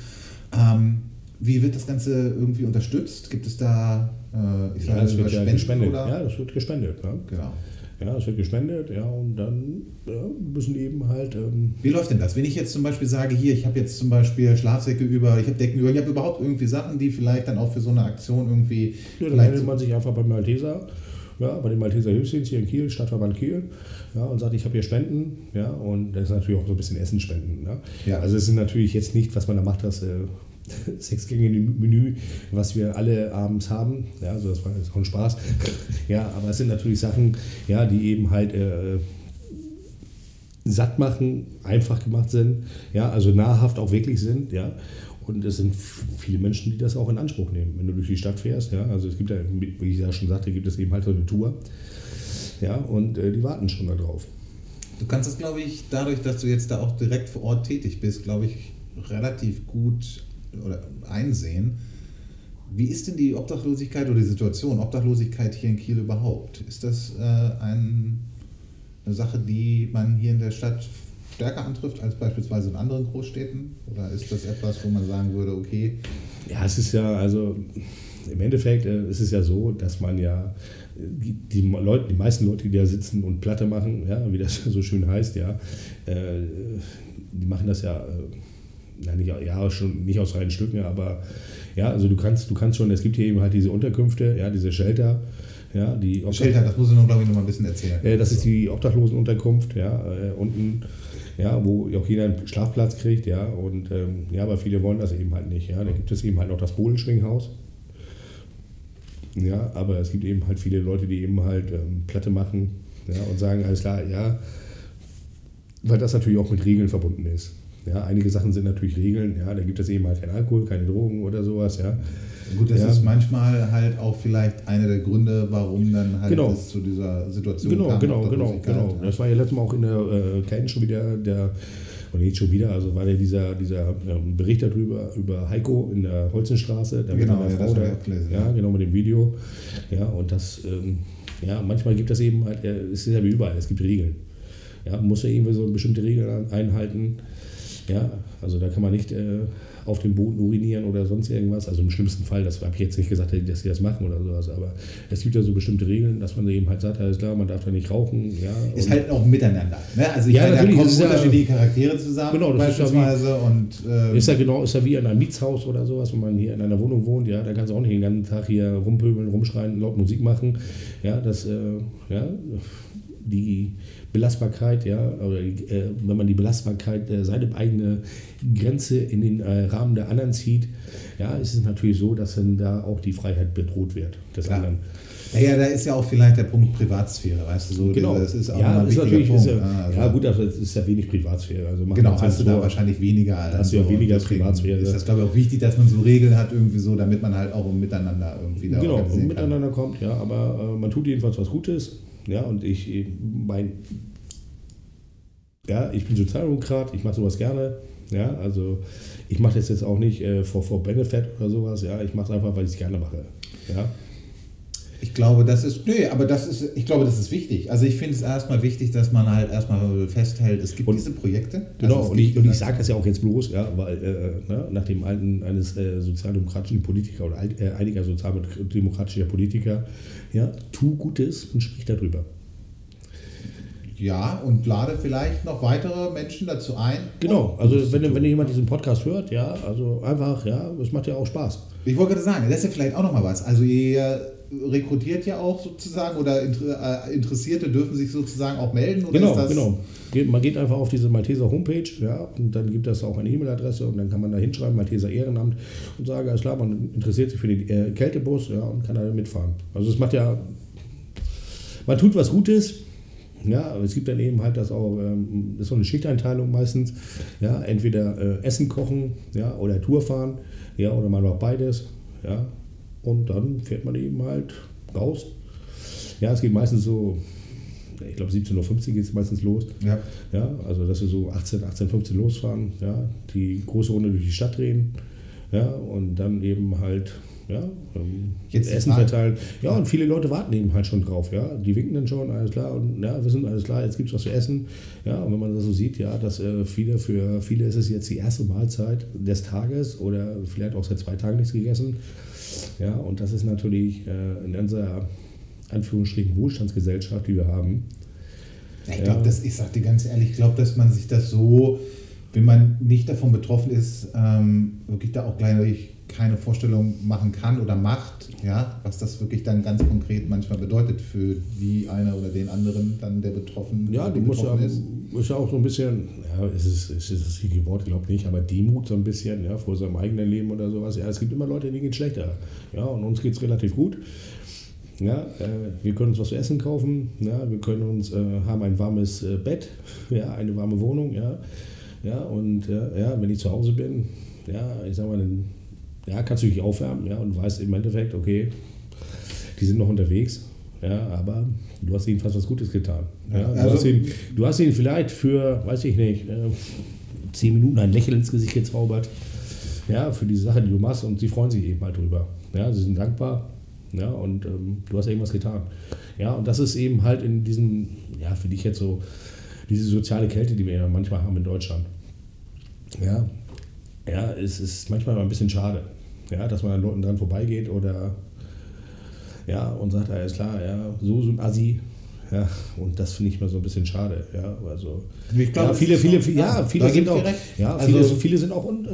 Speaker 3: Ähm, wie wird das Ganze irgendwie unterstützt? Gibt es da, äh, ich sag
Speaker 2: ja
Speaker 3: mal,
Speaker 2: das
Speaker 3: über
Speaker 2: wird ja
Speaker 3: Spenden
Speaker 2: gespendet,
Speaker 3: oder?
Speaker 2: ja, das wird gespendet, ja.
Speaker 3: Genau.
Speaker 2: ja, das wird gespendet, ja, und dann ja, müssen eben halt, ähm,
Speaker 3: Wie läuft denn das? Wenn ich jetzt zum Beispiel sage, hier, ich habe jetzt zum Beispiel Schlafsäcke über, ich habe Decken über, ich habe überhaupt irgendwie Sachen, die vielleicht dann auch für so eine Aktion
Speaker 2: ja,
Speaker 3: irgendwie
Speaker 2: dann
Speaker 3: vielleicht
Speaker 2: meldet man sich einfach beim Malteser, ja, bei dem Malteser Hilfsdienst hier in Kiel, Stadtverband Kiel, ja, und sagt, ich habe hier Spenden, ja, und das ist natürlich auch so ein bisschen Essensspenden, ne?
Speaker 3: Ja.
Speaker 2: Also es sind natürlich jetzt nicht, was man da macht, das äh, [laughs] sechsgängige Menü, was wir alle abends haben, ja, also das war jetzt auch ein Spaß, [laughs] ja, aber es sind natürlich Sachen, ja, die eben halt äh, satt machen, einfach gemacht sind, ja, also nahrhaft auch wirklich sind, ja. Und es sind f- viele Menschen, die das auch in Anspruch nehmen, wenn du durch die Stadt fährst, ja. Also es gibt ja, wie ich ja schon sagte, gibt es eben halt so eine Tour, ja, und äh, die warten schon darauf.
Speaker 3: Du kannst das, glaube ich, dadurch, dass du jetzt da auch direkt vor Ort tätig bist, glaube ich, relativ gut oder einsehen, Wie ist denn die Obdachlosigkeit oder die Situation Obdachlosigkeit hier in Kiel überhaupt? Ist das äh, ein, eine Sache, die man hier in der Stadt stärker antrifft als beispielsweise in anderen Großstädten? Oder ist das etwas, wo man sagen würde, okay,
Speaker 2: Ja, es ist ja, also im Endeffekt äh, ist es ja so, dass man ja äh, die, die Leute, die meisten Leute, die da sitzen und Platte machen, ja, wie das [laughs] so schön heißt, ja, äh, die machen das ja, äh, na, nicht, ja, schon nicht aus reinen Stücken, aber ja, also du kannst, du kannst schon, es gibt hier eben halt diese Unterkünfte, ja, diese Shelter, ja, die
Speaker 3: Shelter, das muss ich noch, glaube ich, noch mal ein bisschen erzählen.
Speaker 2: Äh, Das ist die Obdachlosenunterkunft, ja, äh, unten, ja, wo auch jeder einen Schlafplatz kriegt, ja, und ähm, ja, aber viele wollen das eben halt nicht, ja. Da gibt es eben halt noch das Bohlenschwinghaus. Ja, aber es gibt eben halt viele Leute, die eben halt ähm, Platte machen ja, und sagen, alles klar, ja, weil das natürlich auch mit Regeln verbunden ist. Ja, einige Sachen sind natürlich Regeln, ja, da gibt es eben halt keinen Alkohol, keine Drogen oder sowas, ja.
Speaker 3: Gut, das
Speaker 2: Ja.
Speaker 3: ist manchmal halt auch vielleicht einer der Gründe, warum dann halt
Speaker 2: Genau.
Speaker 3: es zu dieser Situation
Speaker 2: Genau,
Speaker 3: kam.
Speaker 2: genau, genau,
Speaker 3: Obdachlosigkeit,
Speaker 2: genau.
Speaker 3: ja.
Speaker 2: Das war ja letztes Mal auch in der äh, Kleinen schon wieder der, oder nicht schon wieder, also war ja dieser, dieser ähm, Bericht darüber, über Heiko in der Holzenstraße, der
Speaker 3: Genau,
Speaker 2: mit
Speaker 3: ja,
Speaker 2: einer
Speaker 3: das
Speaker 2: Frau,
Speaker 3: hab
Speaker 2: da,
Speaker 3: ich auch gelesen,
Speaker 2: ja,
Speaker 3: ja.
Speaker 2: genau mit dem Video. Ja, und das, ähm, ja, manchmal gibt es eben halt, äh, es ist ja wie überall, es gibt Regeln. Ja, man muss ja irgendwie so bestimmte Regeln an- einhalten. Ja, also da kann man nicht äh, auf dem Boden urinieren oder sonst irgendwas. Also im schlimmsten Fall, das habe ich jetzt nicht gesagt, dass sie das machen oder sowas, aber es gibt ja so bestimmte Regeln, dass man eben halt sagt, alles klar, man darf da nicht rauchen. Ja,
Speaker 3: Ist
Speaker 2: und-
Speaker 3: halt auch miteinander. Ne? Also ich
Speaker 2: Ja,
Speaker 3: meine, da
Speaker 2: natürlich,
Speaker 3: kommen
Speaker 2: das ist ja-
Speaker 3: unterschiedliche Charaktere zusammen
Speaker 2: Genau, das ist ja wie-
Speaker 3: beispielsweise und ähm,
Speaker 2: Ist ja genau, ist ja wie in einem Mietshaus oder sowas, wenn man hier in einer Wohnung wohnt, ja, da kannst du auch nicht den ganzen Tag hier rumpöbeln, rumschreien, laut Musik machen. Ja, das, äh, ja, die Belastbarkeit, ja, oder die, äh, wenn man die Belastbarkeit äh, seine eigene Grenze in den äh, Rahmen der anderen zieht, ja, ist es natürlich so, dass dann da auch die Freiheit bedroht wird des
Speaker 3: Klar.
Speaker 2: anderen.
Speaker 3: ja, da ist ja auch vielleicht der Punkt Privatsphäre, weißt du so.
Speaker 2: Genau.
Speaker 3: Das ist auch
Speaker 2: ja,
Speaker 3: mal ein
Speaker 2: ist
Speaker 3: wichtiger
Speaker 2: natürlich,
Speaker 3: Punkt.
Speaker 2: ist ja,
Speaker 3: ne? Also-
Speaker 2: ja gut, aber es ist ja wenig Privatsphäre. Also machen wir
Speaker 3: Genau,
Speaker 2: uns
Speaker 3: hast du
Speaker 2: nichts
Speaker 3: da
Speaker 2: vor.
Speaker 3: wahrscheinlich weniger.
Speaker 2: hast du ja
Speaker 3: und
Speaker 2: weniger
Speaker 3: deswegen
Speaker 2: Privatsphäre.
Speaker 3: Ist das, glaube ich, auch wichtig, dass man so Regeln hat, irgendwie so, damit man halt auch miteinander irgendwie da
Speaker 2: Genau,
Speaker 3: organisieren kann.
Speaker 2: miteinander kommt, ja, aber äh, man tut jedenfalls was Gutes, ja, und ich, äh, mein, ja, ich bin Sozialdemokrat, ich mache sowas gerne, ja, also ich mache das jetzt auch nicht äh, vor, vor Benefit oder sowas, ja, ich mache es einfach, weil ich es gerne mache, ja.
Speaker 3: Ich glaube, das ist, nee, aber das ist, ich glaube, das ist wichtig. Also ich finde es erstmal wichtig, dass man halt erstmal festhält, es gibt
Speaker 2: Und-
Speaker 3: diese Projekte.
Speaker 2: Genau,
Speaker 3: also es
Speaker 2: und ich,
Speaker 3: gibt
Speaker 2: und ich
Speaker 3: diese-
Speaker 2: sage das ja auch jetzt bloß, ja, weil äh, ne, nach dem alten eines äh, sozialdemokratischen Politiker oder alt- äh, einiger sozialdemokratischer Politiker, ja, tu Gutes und sprich darüber.
Speaker 3: Ja, und lade vielleicht noch weitere Menschen dazu ein.
Speaker 2: Genau,
Speaker 3: um
Speaker 2: also
Speaker 3: Gutes
Speaker 2: wenn,
Speaker 3: zu
Speaker 2: wenn
Speaker 3: tun.
Speaker 2: jemand diesen Podcast hört, ja, also einfach, ja, es macht ja auch Spaß.
Speaker 3: Ich wollte gerade sagen, das ist ja vielleicht auch nochmal was. Also ihr rekrutiert ja auch sozusagen oder Inter äh, Interessierte dürfen sich sozusagen auch melden. Oder ist
Speaker 2: Genau,
Speaker 3: das,
Speaker 2: genau. Geht, man geht einfach auf diese Malteser Homepage, ja, und dann gibt es auch eine E-Mail-Adresse und dann kann man da hinschreiben, Malteser Ehrenamt und sagen, alles klar, man interessiert sich für den äh, Kältebus, ja, und kann da mitfahren. Also es macht ja, man tut was Gutes, ja, aber es gibt dann eben halt das auch, ähm, das ist so eine Schichteinteilung meistens, ja, entweder äh, Essen kochen, ja, oder Tour fahren, ja, oder man macht beides, ja, und dann fährt man eben halt raus. Ja, es geht meistens so, ich glaube 17.15 Uhr geht es meistens los,
Speaker 3: Ja.
Speaker 2: ja, also dass wir so 18, 18, 15 losfahren, ja, die große Runde durch die Stadt drehen, ja, und dann eben halt, ja, ähm,
Speaker 3: Jetzt die
Speaker 2: Essen
Speaker 3: Frage.
Speaker 2: verteilen. Ja, und viele Leute warten eben halt schon drauf, ja, die winken dann schon, alles klar, und ja, wissen, alles klar, jetzt gibt's was zu essen, ja, und wenn man das so sieht, ja, dass äh, viele, für viele ist es jetzt die erste Mahlzeit des Tages oder vielleicht auch seit zwei Tagen nichts gegessen, ja, und das ist natürlich äh, in unserer Anführungsstrichen Wohlstandsgesellschaft, die wir haben,
Speaker 3: Ja, Ich
Speaker 2: Ja.
Speaker 3: glaube, das, ich sag dir ganz ehrlich, ich glaube, dass man sich das so, wenn man nicht davon betroffen ist, ähm, wirklich da auch gleich keine Vorstellung machen kann oder macht, ja, was das wirklich dann ganz konkret manchmal bedeutet für die eine oder den anderen, dann der betroffen,
Speaker 2: Ja,
Speaker 3: oder
Speaker 2: du
Speaker 3: die
Speaker 2: musst ja,
Speaker 3: betroffen ist.
Speaker 2: ist ja auch so ein bisschen, ja, es ist, es ist das richtige Wort, glaube nicht, aber Demut so ein bisschen, ja, vor seinem eigenen Leben oder sowas. Ja, es gibt immer Leute, denen geht schlechter. Ja, und uns geht es relativ gut. Ja, äh, wir können uns was zu essen kaufen, ja, wir können uns, äh, haben ein warmes äh, Bett, [laughs] ja, eine warme Wohnung, ja. Ja, und äh, ja, wenn ich zu Hause bin, ja, ich sag mal, dann ja, kannst du dich aufwärmen, ja, und weißt im Endeffekt, okay, die sind noch unterwegs, ja, aber du hast ihnen fast was Gutes getan. Ja,
Speaker 3: Ja,
Speaker 2: du,
Speaker 3: also-
Speaker 2: hast ihnen, du hast ihnen vielleicht für, weiß ich nicht, äh, zehn Minuten ein Lächeln ins Gesicht gezaubert, ja, für diese Sache, die du machst und sie freuen sich eben mal drüber. Ja, sie sind dankbar. Ja, und ähm, du hast irgendwas getan. Ja, und das ist eben halt in diesem, ja, für dich jetzt so, diese soziale Kälte, die wir ja manchmal haben in Deutschland. Ja, ja, es ist manchmal ein bisschen schade, ja, dass man an Leuten dran vorbeigeht oder ja, und sagt, alles klar, ja, so, so ein Assi. Ja, und das finde ich mal so ein bisschen schade. Ja, also,
Speaker 4: Ich glaube,
Speaker 2: ja,
Speaker 4: es
Speaker 2: viele,
Speaker 4: ist
Speaker 2: viele,
Speaker 4: so-
Speaker 2: viele, ja,
Speaker 3: ja,
Speaker 2: viele
Speaker 3: da
Speaker 2: sind
Speaker 3: gebe ich
Speaker 2: auch,
Speaker 3: dir recht.
Speaker 2: ja,
Speaker 3: Also-
Speaker 2: viele, viele sind auch un, äh,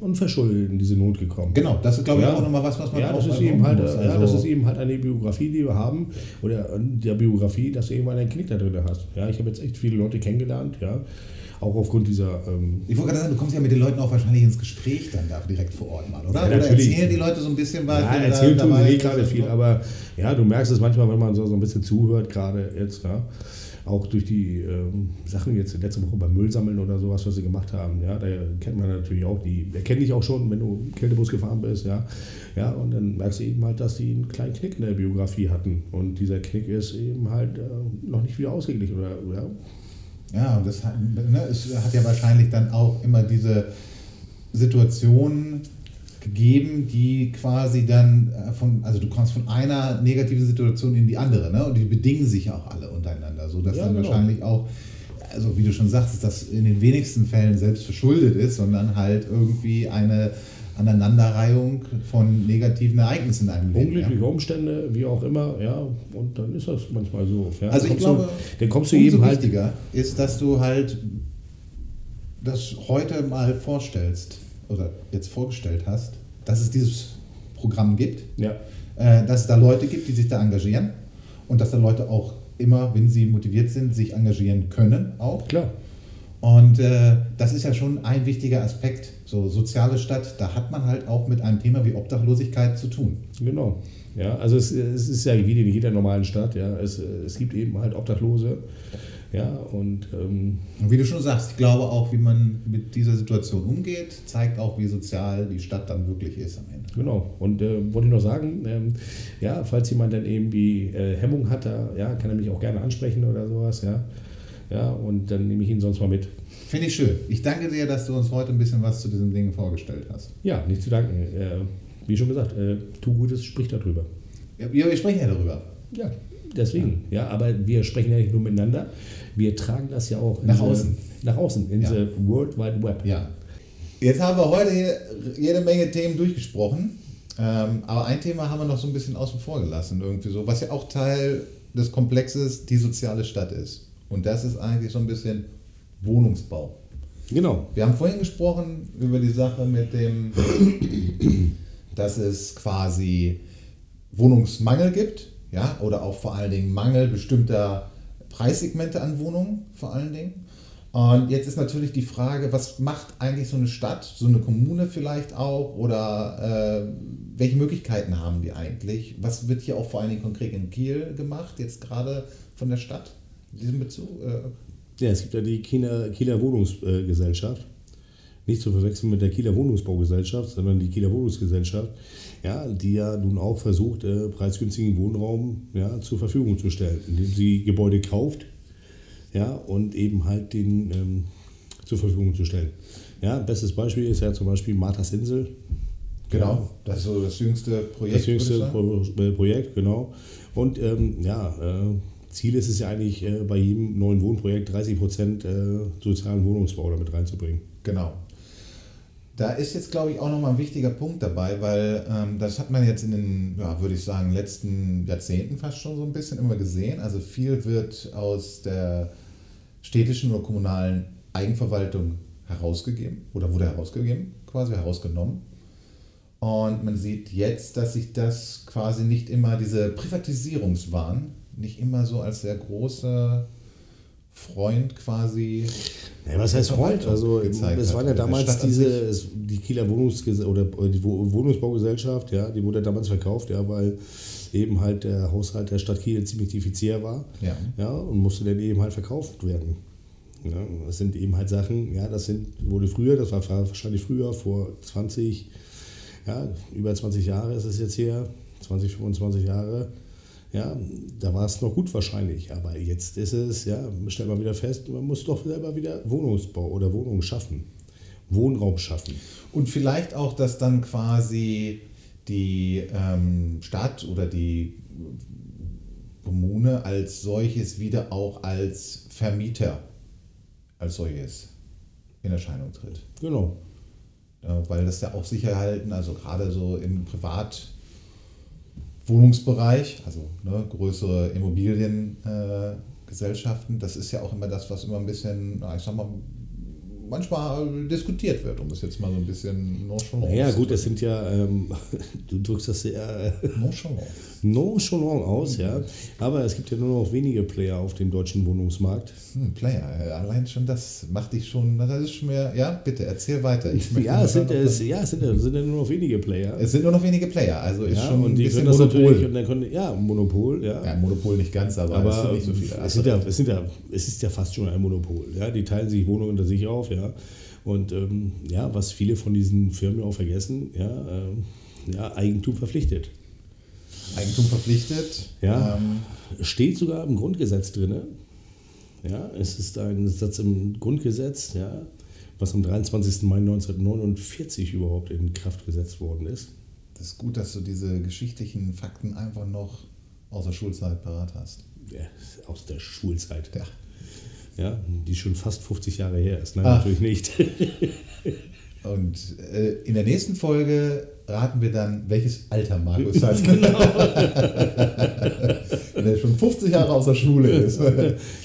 Speaker 2: unverschuldet in diese Not gekommen.
Speaker 3: Genau, das ist, glaube ich,
Speaker 2: Ja.
Speaker 3: auch nochmal was, was man
Speaker 2: Ja,
Speaker 3: auch
Speaker 2: das ist,
Speaker 3: mal
Speaker 2: eben halt,
Speaker 3: muss.
Speaker 2: ja,
Speaker 3: Also-
Speaker 2: das ist eben halt eine Biografie, die wir haben, oder in der Biografie, dass du eben einen Knick da drin hast. Ja, ich habe jetzt echt viele Leute kennengelernt, ja, auch aufgrund dieser, ähm,
Speaker 3: Ich wollte gerade sagen, du kommst ja mit den Leuten auch wahrscheinlich ins Gespräch dann da direkt vor Ort mal, oder?
Speaker 2: Ja,
Speaker 3: oder
Speaker 2: natürlich.
Speaker 3: erzählen die Leute so ein bisschen was?
Speaker 2: ja,
Speaker 3: wenn du da
Speaker 2: erzählt tun
Speaker 3: dabei
Speaker 2: sie eh
Speaker 3: bist
Speaker 2: gerade
Speaker 3: und
Speaker 2: viel,
Speaker 3: so?
Speaker 2: aber ja, du merkst es manchmal, wenn man so, so ein bisschen zuhört, gerade jetzt, ja, auch durch die ähm, Sachen jetzt letzte Woche beim Müllsammeln oder sowas, was sie gemacht haben, ja, da kennt man natürlich auch die, erkenne dich auch schon, wenn du im Kältebus gefahren bist, ja, ja, und dann merkst du eben halt, dass die einen kleinen Knick in der Biografie hatten und dieser Knick ist eben halt äh, noch nicht wieder ausgeglichen oder, ja,
Speaker 3: Ja, und das hat, ne, es hat ja wahrscheinlich dann auch immer diese Situationen gegeben, die quasi dann äh, von, also du kommst von einer negativen Situation in die andere, ne? Und die bedingen sich auch alle untereinander, so dass
Speaker 2: Ja,
Speaker 3: dann
Speaker 2: genau.
Speaker 3: wahrscheinlich auch, also wie du schon sagst, dass das in den wenigsten Fällen selbst verschuldet ist, sondern halt irgendwie eine Aneinanderreihung von negativen Ereignissen in einem Leben. Ja?
Speaker 2: unglückliche Umstände, wie auch immer, ja, und dann ist das manchmal so. Ja,
Speaker 3: Also
Speaker 2: Dann
Speaker 3: ich
Speaker 2: kommst du-
Speaker 3: glaube,
Speaker 2: dann kommst du
Speaker 3: Umso
Speaker 2: eben halt
Speaker 3: wichtiger ist, dass du halt das heute mal vorstellst oder jetzt vorgestellt hast, dass es dieses Programm gibt,
Speaker 2: Ja,
Speaker 3: äh, dass es da Leute gibt, die sich da engagieren und dass da Leute auch immer, wenn sie motiviert sind, sich engagieren können auch.
Speaker 2: klar.
Speaker 3: Und äh, das ist ja schon ein wichtiger Aspekt. So soziale Stadt, da hat man halt auch mit einem Thema wie Obdachlosigkeit zu tun.
Speaker 2: Genau. Ja, also es, es ist ja wie in jeder normalen Stadt, ja. Es, es gibt eben halt Obdachlose. Ja, und ähm,
Speaker 3: Und wie du schon sagst, ich glaube auch, wie man mit dieser Situation umgeht, zeigt auch, wie sozial die Stadt dann wirklich ist am Ende.
Speaker 2: genau. Und äh, wollte ich noch sagen, ähm, ja, falls jemand dann irgendwie äh, Hemmung hat, da, ja, kann er mich auch gerne ansprechen oder sowas, ja. Ja, und dann nehme ich ihn sonst mal mit.
Speaker 3: Finde ich schön. Ich danke dir, dass du uns heute ein bisschen was zu diesem Ding vorgestellt hast.
Speaker 2: Ja, nicht zu danken. Äh, wie schon gesagt, äh, tu Gutes, sprich darüber.
Speaker 3: Ja, wir sprechen ja darüber.
Speaker 2: Ja, deswegen. Ja, aber wir sprechen ja nicht nur miteinander. Wir tragen das ja auch in
Speaker 3: Nach
Speaker 2: the-
Speaker 3: außen.
Speaker 2: Nach außen, in
Speaker 3: Ja.
Speaker 2: the World Wide Web.
Speaker 3: Ja. Jetzt haben wir heute hier jede Menge Themen durchgesprochen. Ähm, aber ein Thema haben wir noch so ein bisschen außen vor gelassen, irgendwie so, was ja auch Teil des Komplexes die soziale Stadt ist. Und das ist eigentlich so ein bisschen Wohnungsbau.
Speaker 2: Genau.
Speaker 3: Wir haben vorhin gesprochen über die Sache
Speaker 2: [coughs]
Speaker 3: mit dem, dass es quasi Wohnungsmangel gibt, ja, oder auch vor allen Dingen Mangel bestimmter Preissegmente an Wohnungen, vor allen Dingen. Und jetzt ist natürlich die Frage, was macht eigentlich so eine Stadt, so eine Kommune vielleicht auch, oder äh, welche Möglichkeiten haben die eigentlich? Was wird hier auch vor allen Dingen konkret in Kiel gemacht, jetzt gerade von der Stadt in diesem Bezug? Äh,
Speaker 2: Ja, es gibt ja die Kieler, Kieler Wohnungsgesellschaft. Nicht zu verwechseln mit der Kieler Wohnungsbaugesellschaft, sondern die Kieler Wohnungsgesellschaft, ja, die ja nun auch versucht, äh, preisgünstigen Wohnraum ja, zur Verfügung zu stellen, indem sie Gebäude kauft ja, und eben halt den ähm, zur Verfügung zu stellen. Ja, bestes Beispiel ist ja zum Beispiel Marthas Insel.
Speaker 3: Genau, das ist so das jüngste Projekt.
Speaker 2: Das jüngste
Speaker 3: würde ich sagen.
Speaker 2: Pro äh, Projekt, genau. Und ähm, ja, äh, Ziel ist es ja eigentlich, äh, bei jedem neuen Wohnprojekt 30 Prozent äh, sozialen Wohnungsbau damit reinzubringen.
Speaker 3: Genau. Da ist jetzt, glaube ich, auch nochmal ein wichtiger Punkt dabei, weil ähm, das hat man jetzt in den, ja, würde ich sagen, letzten Jahrzehnten fast schon so ein bisschen immer gesehen. Also viel wird aus der städtischen oder kommunalen Eigenverwaltung herausgegeben oder wurde herausgegeben, quasi herausgenommen. Und man sieht jetzt, dass sich das quasi nicht immer, diese Privatisierungswahn, nicht immer so als der große Freund quasi
Speaker 2: Ja, was heißt Freund?
Speaker 3: Verwaltung
Speaker 2: Also
Speaker 3: gezeigt
Speaker 2: es
Speaker 3: hat.
Speaker 2: waren ja
Speaker 3: Der
Speaker 2: damals
Speaker 3: Stadt an
Speaker 2: diese es, die Kieler Wohnungsges oder äh, die Wo- Wohnungsbaugesellschaft, ja, die wurde ja damals verkauft, ja, weil eben halt der Haushalt der Stadt Kiel ziemlich diffizil war.
Speaker 3: Ja.
Speaker 2: ja, und musste dann eben halt verkauft werden. Ja, das sind eben halt Sachen, ja, das sind, wurde früher, das war wahrscheinlich früher, vor 20, ja, über 20 Jahre ist es jetzt her, 20, 25 Jahre, ja, da war es noch gut wahrscheinlich, aber jetzt ist es, ja, stellt man wieder fest, man muss doch selber wieder Wohnungsbau oder Wohnungen schaffen, Wohnraum schaffen.
Speaker 3: Und vielleicht auch, dass dann quasi die ähm, Stadt oder die Kommune als solches wieder auch als Vermieter als solches in Erscheinung tritt.
Speaker 5: Genau.
Speaker 3: Ja, Äh, weil das ja auch Sicherheiten, also gerade so im Privatwohnungsbereich, also ne, größere Immobiliengesellschaften, äh, Gesellschaften, das ist ja auch immer das, was immer ein bisschen, na, ich sag mal, manchmal diskutiert wird, um es jetzt mal so ein bisschen nonchalant
Speaker 5: Naja,
Speaker 3: zu
Speaker 5: gut, das
Speaker 3: drücken.
Speaker 5: sind
Speaker 2: [laughs]
Speaker 5: ja, ähm, du drückst das sehr äh,
Speaker 3: Nonchalant.
Speaker 5: nonchalant aus, ja. Aber es gibt ja nur noch wenige Player auf dem deutschen Wohnungsmarkt.
Speaker 3: Hm, Player, äh, allein schon das macht dich schon, na, das ist schon mehr, ja, bitte erzähl weiter. Ich möchte
Speaker 5: Ja,
Speaker 3: nur
Speaker 5: es sind, äh,
Speaker 3: hören, ob
Speaker 5: es,
Speaker 3: das-
Speaker 5: ja, es sind, es sind ja nur noch wenige Player.
Speaker 3: es sind nur noch wenige Player, also ist
Speaker 5: ja,
Speaker 3: schon
Speaker 5: und
Speaker 3: ein
Speaker 5: die
Speaker 3: bisschen
Speaker 5: können das natürlich,
Speaker 3: Monopol.
Speaker 5: und dann können, ja, Monopol, ja.
Speaker 3: Ja, Monopol nicht ganz, aber, es sind
Speaker 5: Aber
Speaker 3: nicht so viele.
Speaker 5: es, sind ja, es, sind ja, es ist ja fast schon ein Monopol. Ja? Die teilen sich Wohnungen unter sich auf. Ja? Und ähm, ja, was viele von diesen Firmen auch vergessen, ja, ähm, ja, Eigentum verpflichtet.
Speaker 3: Eigentum verpflichtet.
Speaker 5: Ja.
Speaker 3: Ähm,
Speaker 5: Steht sogar im Grundgesetz drin. Ja? Es ist ein Satz im Grundgesetz, ja? was am 23. Mai 1949 überhaupt in Kraft gesetzt worden ist.
Speaker 3: das ist gut, dass du diese geschichtlichen Fakten einfach noch aus der Schulzeit parat hast.
Speaker 5: Ja, aus der Schulzeit.
Speaker 3: Ja.
Speaker 5: Ja, die schon fast 50 Jahre her ist. Nein,
Speaker 3: Ah.
Speaker 5: natürlich nicht.
Speaker 3: Und äh, in der nächsten Folge raten wir dann, welches Alter
Speaker 5: [laughs]
Speaker 3: Markus hat. genau. Wenn er schon 50 Jahre aus der Schule
Speaker 5: [laughs]
Speaker 3: ist.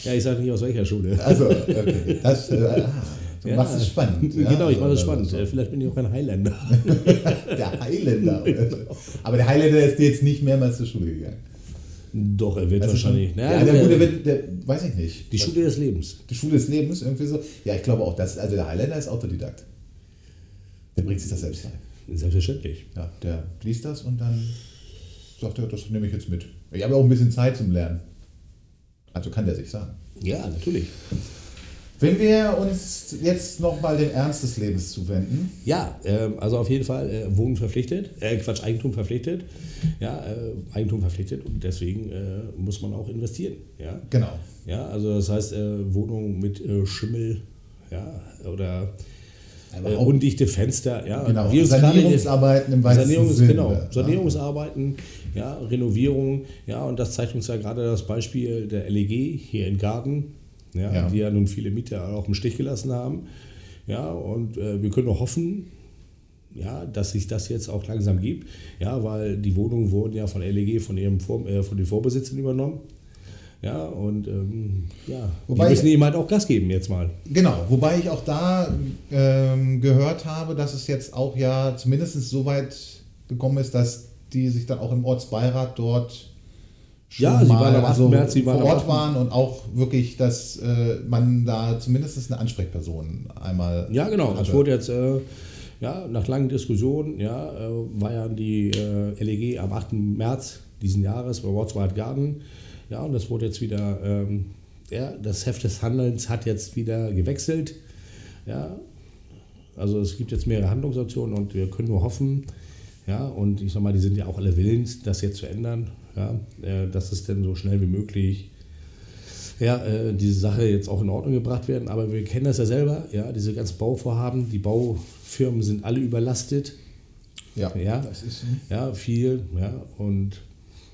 Speaker 5: ja, ich sage nicht aus welcher Schule.
Speaker 3: Also, okay. Das, äh, ah, du
Speaker 5: Ja.
Speaker 3: machst es spannend. ja.
Speaker 5: genau, ich mache es
Speaker 3: Also,
Speaker 5: spannend.
Speaker 3: also,
Speaker 5: Äh, Vielleicht bin ich auch ein Highlander.
Speaker 3: [laughs] Der Highlander. Aber der Highlander ist jetzt nicht mehrmals zur Schule gegangen.
Speaker 5: Doch, er wird
Speaker 3: Das ist schon-
Speaker 5: wahrscheinlich.
Speaker 3: Also, Ja,
Speaker 5: Naja,
Speaker 3: der,
Speaker 5: gut,
Speaker 3: gute
Speaker 5: er-
Speaker 3: wird, der, weiß ich nicht.
Speaker 5: die Schule des Lebens.
Speaker 3: die Schule des Lebens, irgendwie so. Ja, ich glaube auch, das, also der Highlander ist Autodidakt. Der bringt sich das selbst bei.
Speaker 5: Selbstverständlich.
Speaker 3: Ja, der liest das und dann sagt er, das nehme ich jetzt mit. Ich habe auch ein bisschen Zeit zum Lernen. Also kann der sich sagen.
Speaker 5: Ja, natürlich.
Speaker 3: Wenn wir uns jetzt nochmal dem Ernst des Lebens zuwenden,
Speaker 5: Ja, ähm, also auf jeden Fall äh, Wohnen verpflichtet, äh, Quatsch, Eigentum verpflichtet. Ja, äh, Eigentum verpflichtet und deswegen äh, muss man auch investieren. Ja,
Speaker 3: genau,
Speaker 5: ja also das heißt, äh, Wohnung mit äh, Schimmel ja, oder
Speaker 3: aber
Speaker 5: äh,
Speaker 3: auch
Speaker 5: undichte Fenster. Ja,
Speaker 3: genau,
Speaker 5: uns gerade in den-
Speaker 3: Sanierungsarbeiten im weitesten
Speaker 5: Sanierungs,
Speaker 3: Sinne.
Speaker 5: genau, Sanierungsarbeiten, ja, Renovierung, ja, und das zeigt uns ja gerade das Beispiel der LEG hier in Garden, ja,
Speaker 3: Ja.
Speaker 5: die ja nun viele Mieter auch im Stich gelassen haben. Ja, und äh, wir können nur hoffen, ja, dass sich das jetzt auch langsam gibt, ja, weil die Wohnungen wurden ja von LEG, von, ihrem Vor äh, von den Vorbesitzern übernommen. Ja, und ähm, ja,
Speaker 3: Wobei-
Speaker 5: die müssen eben halt auch Gas geben jetzt mal.
Speaker 3: Genau, wobei ich auch da ähm, gehört habe, dass es jetzt auch ja zumindest so weit gekommen ist, dass die sich dann auch im Ortsbeirat dort schon
Speaker 5: Ja, sie
Speaker 3: mal
Speaker 5: waren am 8.
Speaker 3: also
Speaker 5: März, sie waren
Speaker 3: vor
Speaker 5: am
Speaker 3: Ort
Speaker 5: 8.
Speaker 3: waren und auch wirklich, dass äh, man da zumindest eine Ansprechperson einmal
Speaker 5: Ja, genau.
Speaker 3: hatte.
Speaker 5: Es wurde jetzt, äh, ja, nach langen Diskussionen, ja, äh, war ja die äh, LEG am 8. März diesen Jahres bei Wortswald Garden. Ja, und das wurde jetzt wieder, ähm, ja, das Heft des Handelns hat jetzt wieder gewechselt. Ja, also es gibt jetzt mehrere Handlungsoptionen und wir können nur hoffen, ja, und ich sag mal, die sind ja auch alle willens, das jetzt zu ändern, ja, äh, dass es denn so schnell wie möglich ja, äh, diese Sache jetzt auch in Ordnung gebracht werden. Aber wir kennen das ja selber, ja, diese ganzen Bauvorhaben, die Baufirmen sind alle überlastet,
Speaker 3: ja,
Speaker 5: Ja.
Speaker 3: Das, ist,
Speaker 5: ja, viel, ja, und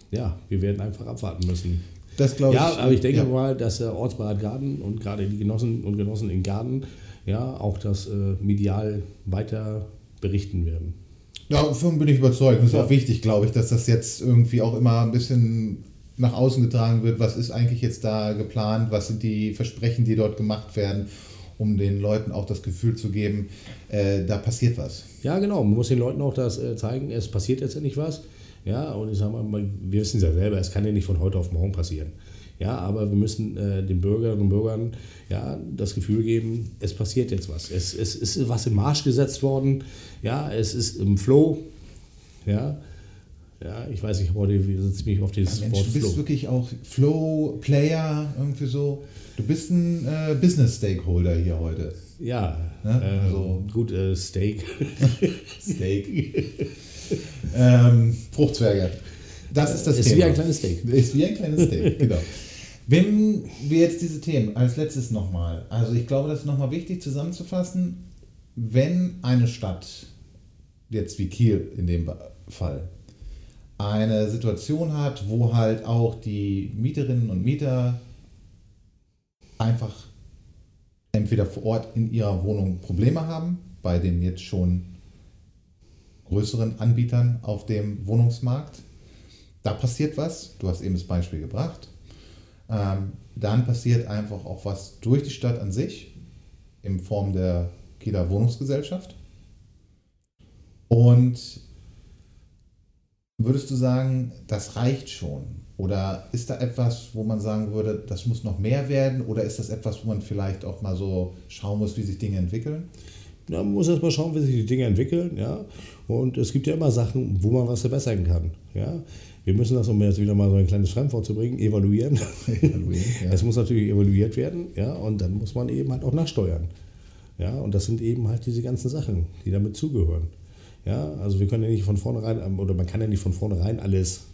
Speaker 5: ja, wir werden einfach abwarten müssen.
Speaker 3: das glaube
Speaker 5: Ja,
Speaker 3: ich.
Speaker 5: aber ich denke
Speaker 3: ja.
Speaker 5: mal, dass der Ortsbeirat Garden und gerade die Genossen und Genossen in Garden ja auch das äh, medial weiter berichten werden.
Speaker 3: Davon bin ich überzeugt. Das ist
Speaker 5: Ja.
Speaker 3: auch wichtig, glaube ich, dass das jetzt irgendwie auch immer ein bisschen nach außen getragen wird. Was ist eigentlich jetzt da geplant? Was sind die Versprechen, die dort gemacht werden, um den Leuten auch das Gefühl zu geben, äh, da passiert was.
Speaker 5: Ja, genau. Man muss den Leuten auch das äh, zeigen, es passiert jetzt endlich was. Ja, und ich sag mal, man- wir wissen es ja selber, es kann ja nicht von heute auf morgen passieren. Ja, aber wir müssen äh, den Bürgerinnen und Bürgern ja, das Gefühl geben, es passiert jetzt was. Es, es ist was im Marsch gesetzt worden. Ja, es ist im Flow. Ja, ja ich weiß, ich habe heute wieder ziemlich auf dieses
Speaker 3: Mensch,
Speaker 5: Wort
Speaker 3: du bist
Speaker 5: Flow.
Speaker 3: wirklich auch Flow-Player, irgendwie so. Du bist ein äh, Business-Stakeholder hier heute.
Speaker 5: Ja,
Speaker 3: Ne?
Speaker 5: äh,
Speaker 3: Also-
Speaker 5: gut, äh, Steak.
Speaker 3: Steak. ähm, Fruchtzwerge. Das ist das
Speaker 5: Ist
Speaker 3: Thema.
Speaker 5: wie ein kleines Steak.
Speaker 3: Ist wie ein kleines Steak, genau. Wenn wir jetzt diese Themen als letztes nochmal, also ich glaube, das ist nochmal wichtig zusammenzufassen, wenn eine Stadt, jetzt wie Kiel in dem Be-
Speaker 5: Fall.
Speaker 3: eine Situation hat, wo halt auch die Mieterinnen und Mieter einfach entweder vor Ort in ihrer Wohnung Probleme haben, bei den jetzt schon größeren Anbietern auf dem Wohnungsmarkt. Da passiert was, du hast eben das Beispiel gebracht. Ähm, dann passiert einfach auch was durch die Stadt an sich in Form der Kieler Wohnungsgesellschaft. Und Würdest du sagen, das reicht schon? Oder ist da etwas, wo man sagen würde, das muss noch mehr werden? Oder ist das etwas, wo man vielleicht auch mal so schauen muss, wie sich Dinge entwickeln?
Speaker 5: Na, man muss erst mal schauen, wie sich die Dinge entwickeln, ja. Und es gibt ja immer Sachen, wo man was verbessern kann, ja. Wir müssen das, um jetzt wieder mal so ein kleines Fremdwort zu bringen, evaluieren.
Speaker 3: Evaluieren, ja.
Speaker 5: Es muss natürlich evaluiert werden, ja. Und dann muss man eben halt auch nachsteuern, ja. Und das sind eben halt diese ganzen Sachen, die damit zugehören. Ja, also wir können ja nicht von vornherein, ähm, oder man kann ja nicht von vornherein alles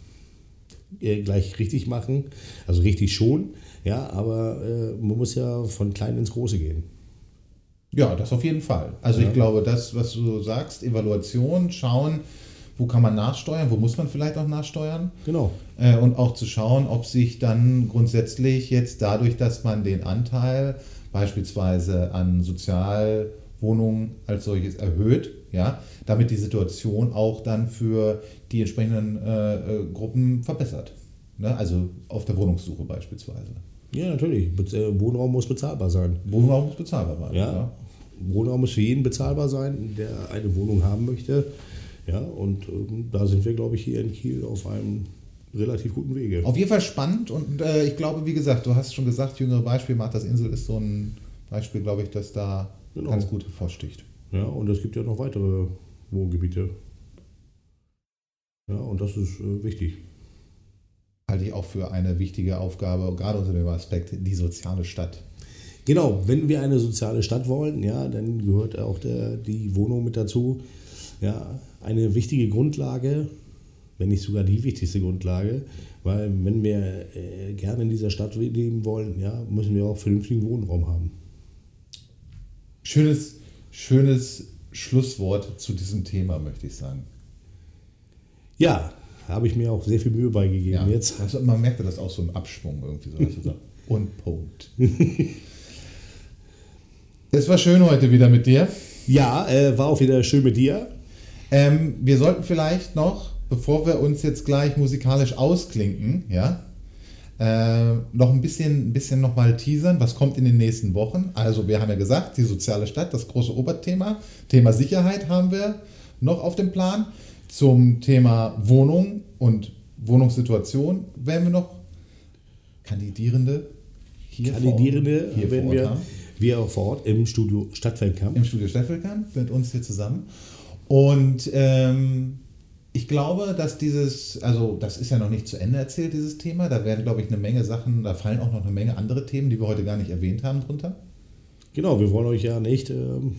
Speaker 5: äh, gleich richtig machen. Also richtig schon, ja, aber äh, man muss ja von klein ins Große gehen.
Speaker 3: Ja, das auf jeden Fall. Also
Speaker 5: Ja.
Speaker 3: ich glaube, das, was du sagst, Evaluation, schauen, wo kann man nachsteuern, wo muss man vielleicht auch nachsteuern.
Speaker 5: Genau.
Speaker 3: Äh, und auch zu schauen, ob sich dann grundsätzlich jetzt dadurch, dass man den Anteil beispielsweise an Sozialwohnungen als solches erhöht, ja, damit die Situation auch dann für die entsprechenden äh, äh, Gruppen verbessert. Ne? Also auf der Wohnungssuche beispielsweise.
Speaker 5: Ja, natürlich. Bez äh, Wohnraum muss bezahlbar sein.
Speaker 3: Wohnraum muss bezahlbar sein.
Speaker 5: Ja. Wohnraum muss für jeden bezahlbar sein, der eine Wohnung haben möchte. Ja, und ähm, da sind wir, glaube ich, hier in Kiel auf einem relativ guten Wege.
Speaker 3: Auf jeden Fall spannend und äh, ich glaube, wie gesagt, du hast schon gesagt, jüngere Beispiel, Marthas Insel ist so ein Beispiel, glaube ich, das da
Speaker 5: Genau.
Speaker 3: ganz gut hervorsticht.
Speaker 5: Ja, und es gibt ja noch weitere Wohngebiete. Ja, und das ist äh, wichtig.
Speaker 3: halte ich auch für eine wichtige Aufgabe, gerade unter dem Aspekt die soziale Stadt.
Speaker 5: Genau, wenn wir eine soziale Stadt wollen, ja, dann gehört auch der, die Wohnung mit dazu. Ja, eine wichtige Grundlage, wenn nicht sogar die wichtigste Grundlage, weil wenn wir äh, gerne in dieser Stadt leben wollen, ja, müssen wir auch vernünftigen Wohnraum haben.
Speaker 3: Schönes, schönes Schlusswort zu diesem Thema, möchte ich sagen.
Speaker 5: Ja, habe ich mir auch sehr viel Mühe beigegeben jetzt.
Speaker 3: Also man merkte das auch so im Abschwung irgendwie so. dass du
Speaker 5: [laughs]
Speaker 3: sagst, Und Punkt. Es war schön heute wieder mit dir.
Speaker 5: Ja, äh, war auch wieder schön mit dir.
Speaker 3: Ähm, wir sollten vielleicht noch, bevor wir uns jetzt gleich musikalisch ausklinken, ja, äh, noch ein bisschen, ein bisschen nochmal teasern, was kommt in den nächsten Wochen. Also wir haben ja gesagt, die soziale Stadt, das große Oberthema. Thema Sicherheit haben wir noch auf dem Plan. Zum Thema Wohnung und Wohnungssituation werden wir noch Kandidierende hier vor,
Speaker 5: Kandidierende
Speaker 3: Ort- hier
Speaker 5: werden
Speaker 3: vor Ort
Speaker 5: wir,
Speaker 3: haben
Speaker 5: wir auch vor Ort im Studio Stadtfeldkamp.
Speaker 3: im Studio Steffelkamp mit uns hier zusammen. Und ähm, ich glaube, dass dieses, also das ist ja noch nicht zu Ende erzählt, dieses Thema. Da werden, glaube ich, eine Menge Sachen, da fallen auch noch eine Menge andere Themen, die wir heute gar nicht erwähnt haben, drunter.
Speaker 5: Genau, wir wollen euch ja nicht ähm,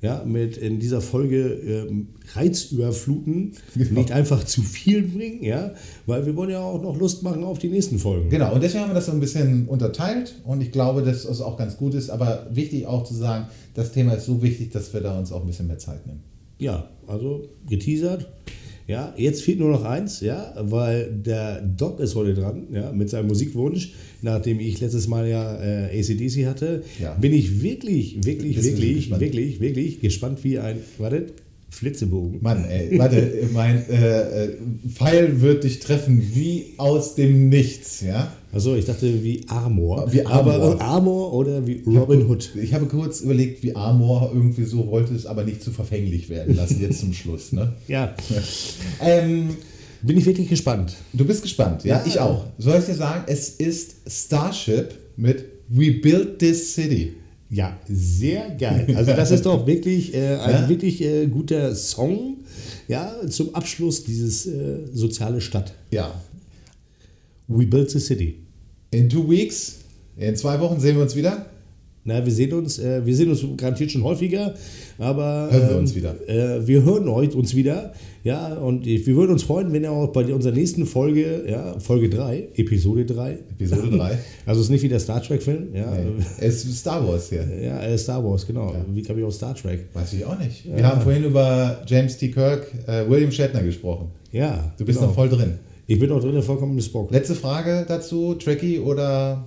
Speaker 5: ja, mit in dieser Folge ähm, reizüberfluten,
Speaker 3: Genau.
Speaker 5: nicht einfach zu viel bringen, ja, weil wir wollen ja auch noch Lust machen auf die nächsten Folgen.
Speaker 3: Genau, und deswegen haben wir das so ein bisschen unterteilt und ich glaube, dass es auch ganz gut ist, aber wichtig auch zu sagen, das Thema ist so wichtig, dass wir da uns auch ein bisschen mehr Zeit nehmen.
Speaker 5: Ja, also geteasert. Ja, jetzt fehlt nur noch eins, ja, weil der Doc ist heute dran, ja, mit seinem Musikwunsch. Nachdem ich letztes Mal ja äh, ACDC hatte,
Speaker 3: Ja.
Speaker 5: bin ich wirklich, wirklich,
Speaker 3: Bist du
Speaker 5: wirklich,
Speaker 3: gespannt?
Speaker 5: wirklich, wirklich gespannt wie ein, wartet, Flitzebogen.
Speaker 3: Mann, ey, warte, mein äh, äh, Pfeil wird dich treffen wie aus dem Nichts, ja?
Speaker 5: Achso, ich dachte wie Armor.
Speaker 3: Wie Armor.
Speaker 5: Aber Armor oder wie Robin Hood.
Speaker 3: Ich habe kurz überlegt, wie Amor irgendwie so wollte es aber nicht zu verfänglich werden lassen, jetzt zum Schluss. Ne?
Speaker 5: [laughs] Ja,
Speaker 3: Ähm,
Speaker 5: bin ich wirklich gespannt.
Speaker 3: du bist gespannt, ja?
Speaker 5: Ja.
Speaker 3: Ich auch. Soll ich dir sagen, es ist Starship mit We Built This City.
Speaker 5: Ja, sehr [laughs] geil. Also das ist doch wirklich äh, ein
Speaker 3: Ja?
Speaker 5: wirklich äh, guter Song ja, zum Abschluss dieses äh, soziale Stadt.
Speaker 3: Ja.
Speaker 5: We built the city.
Speaker 3: In two weeks, in zwei Wochen sehen wir uns wieder.
Speaker 5: Na, wir sehen uns, äh, wir sehen uns garantiert schon häufiger, aber
Speaker 3: Hören wir
Speaker 5: ähm,
Speaker 3: uns wieder.
Speaker 5: Äh, wir hören euch uns wieder, ja, und ich, wir würden uns freuen, wenn ihr auch bei unserer nächsten Folge, ja, Folge 3, Episode 3.
Speaker 3: Episode
Speaker 5: [laughs]
Speaker 3: 3.
Speaker 5: Also es ist nicht wie der Star Trek Film, ja,
Speaker 3: Nee. Es ist Star Wars hier.
Speaker 5: äh, ja, äh, Star Wars, genau. Wie kam ich auf Star Trek?
Speaker 3: Weiß ich auch nicht. Wir haben vorhin über James T. Kirk, äh, William Shatner gesprochen.
Speaker 5: Ja,
Speaker 3: Du bist noch voll drin.
Speaker 5: Ich bin noch drin, vollkommen mit Spock.
Speaker 3: Letzte Frage dazu, Trekkie oder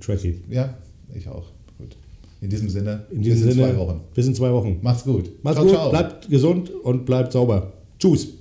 Speaker 5: Trekkie.
Speaker 3: ja, ich auch. Gut. In diesem Sinne,
Speaker 5: In diesem
Speaker 3: bis in
Speaker 5: Sinne,
Speaker 3: zwei Wochen.
Speaker 5: bis in zwei Wochen.
Speaker 3: Macht's gut.
Speaker 5: Macht's gut, bleibt gesund und bleibt sauber. Tschüss.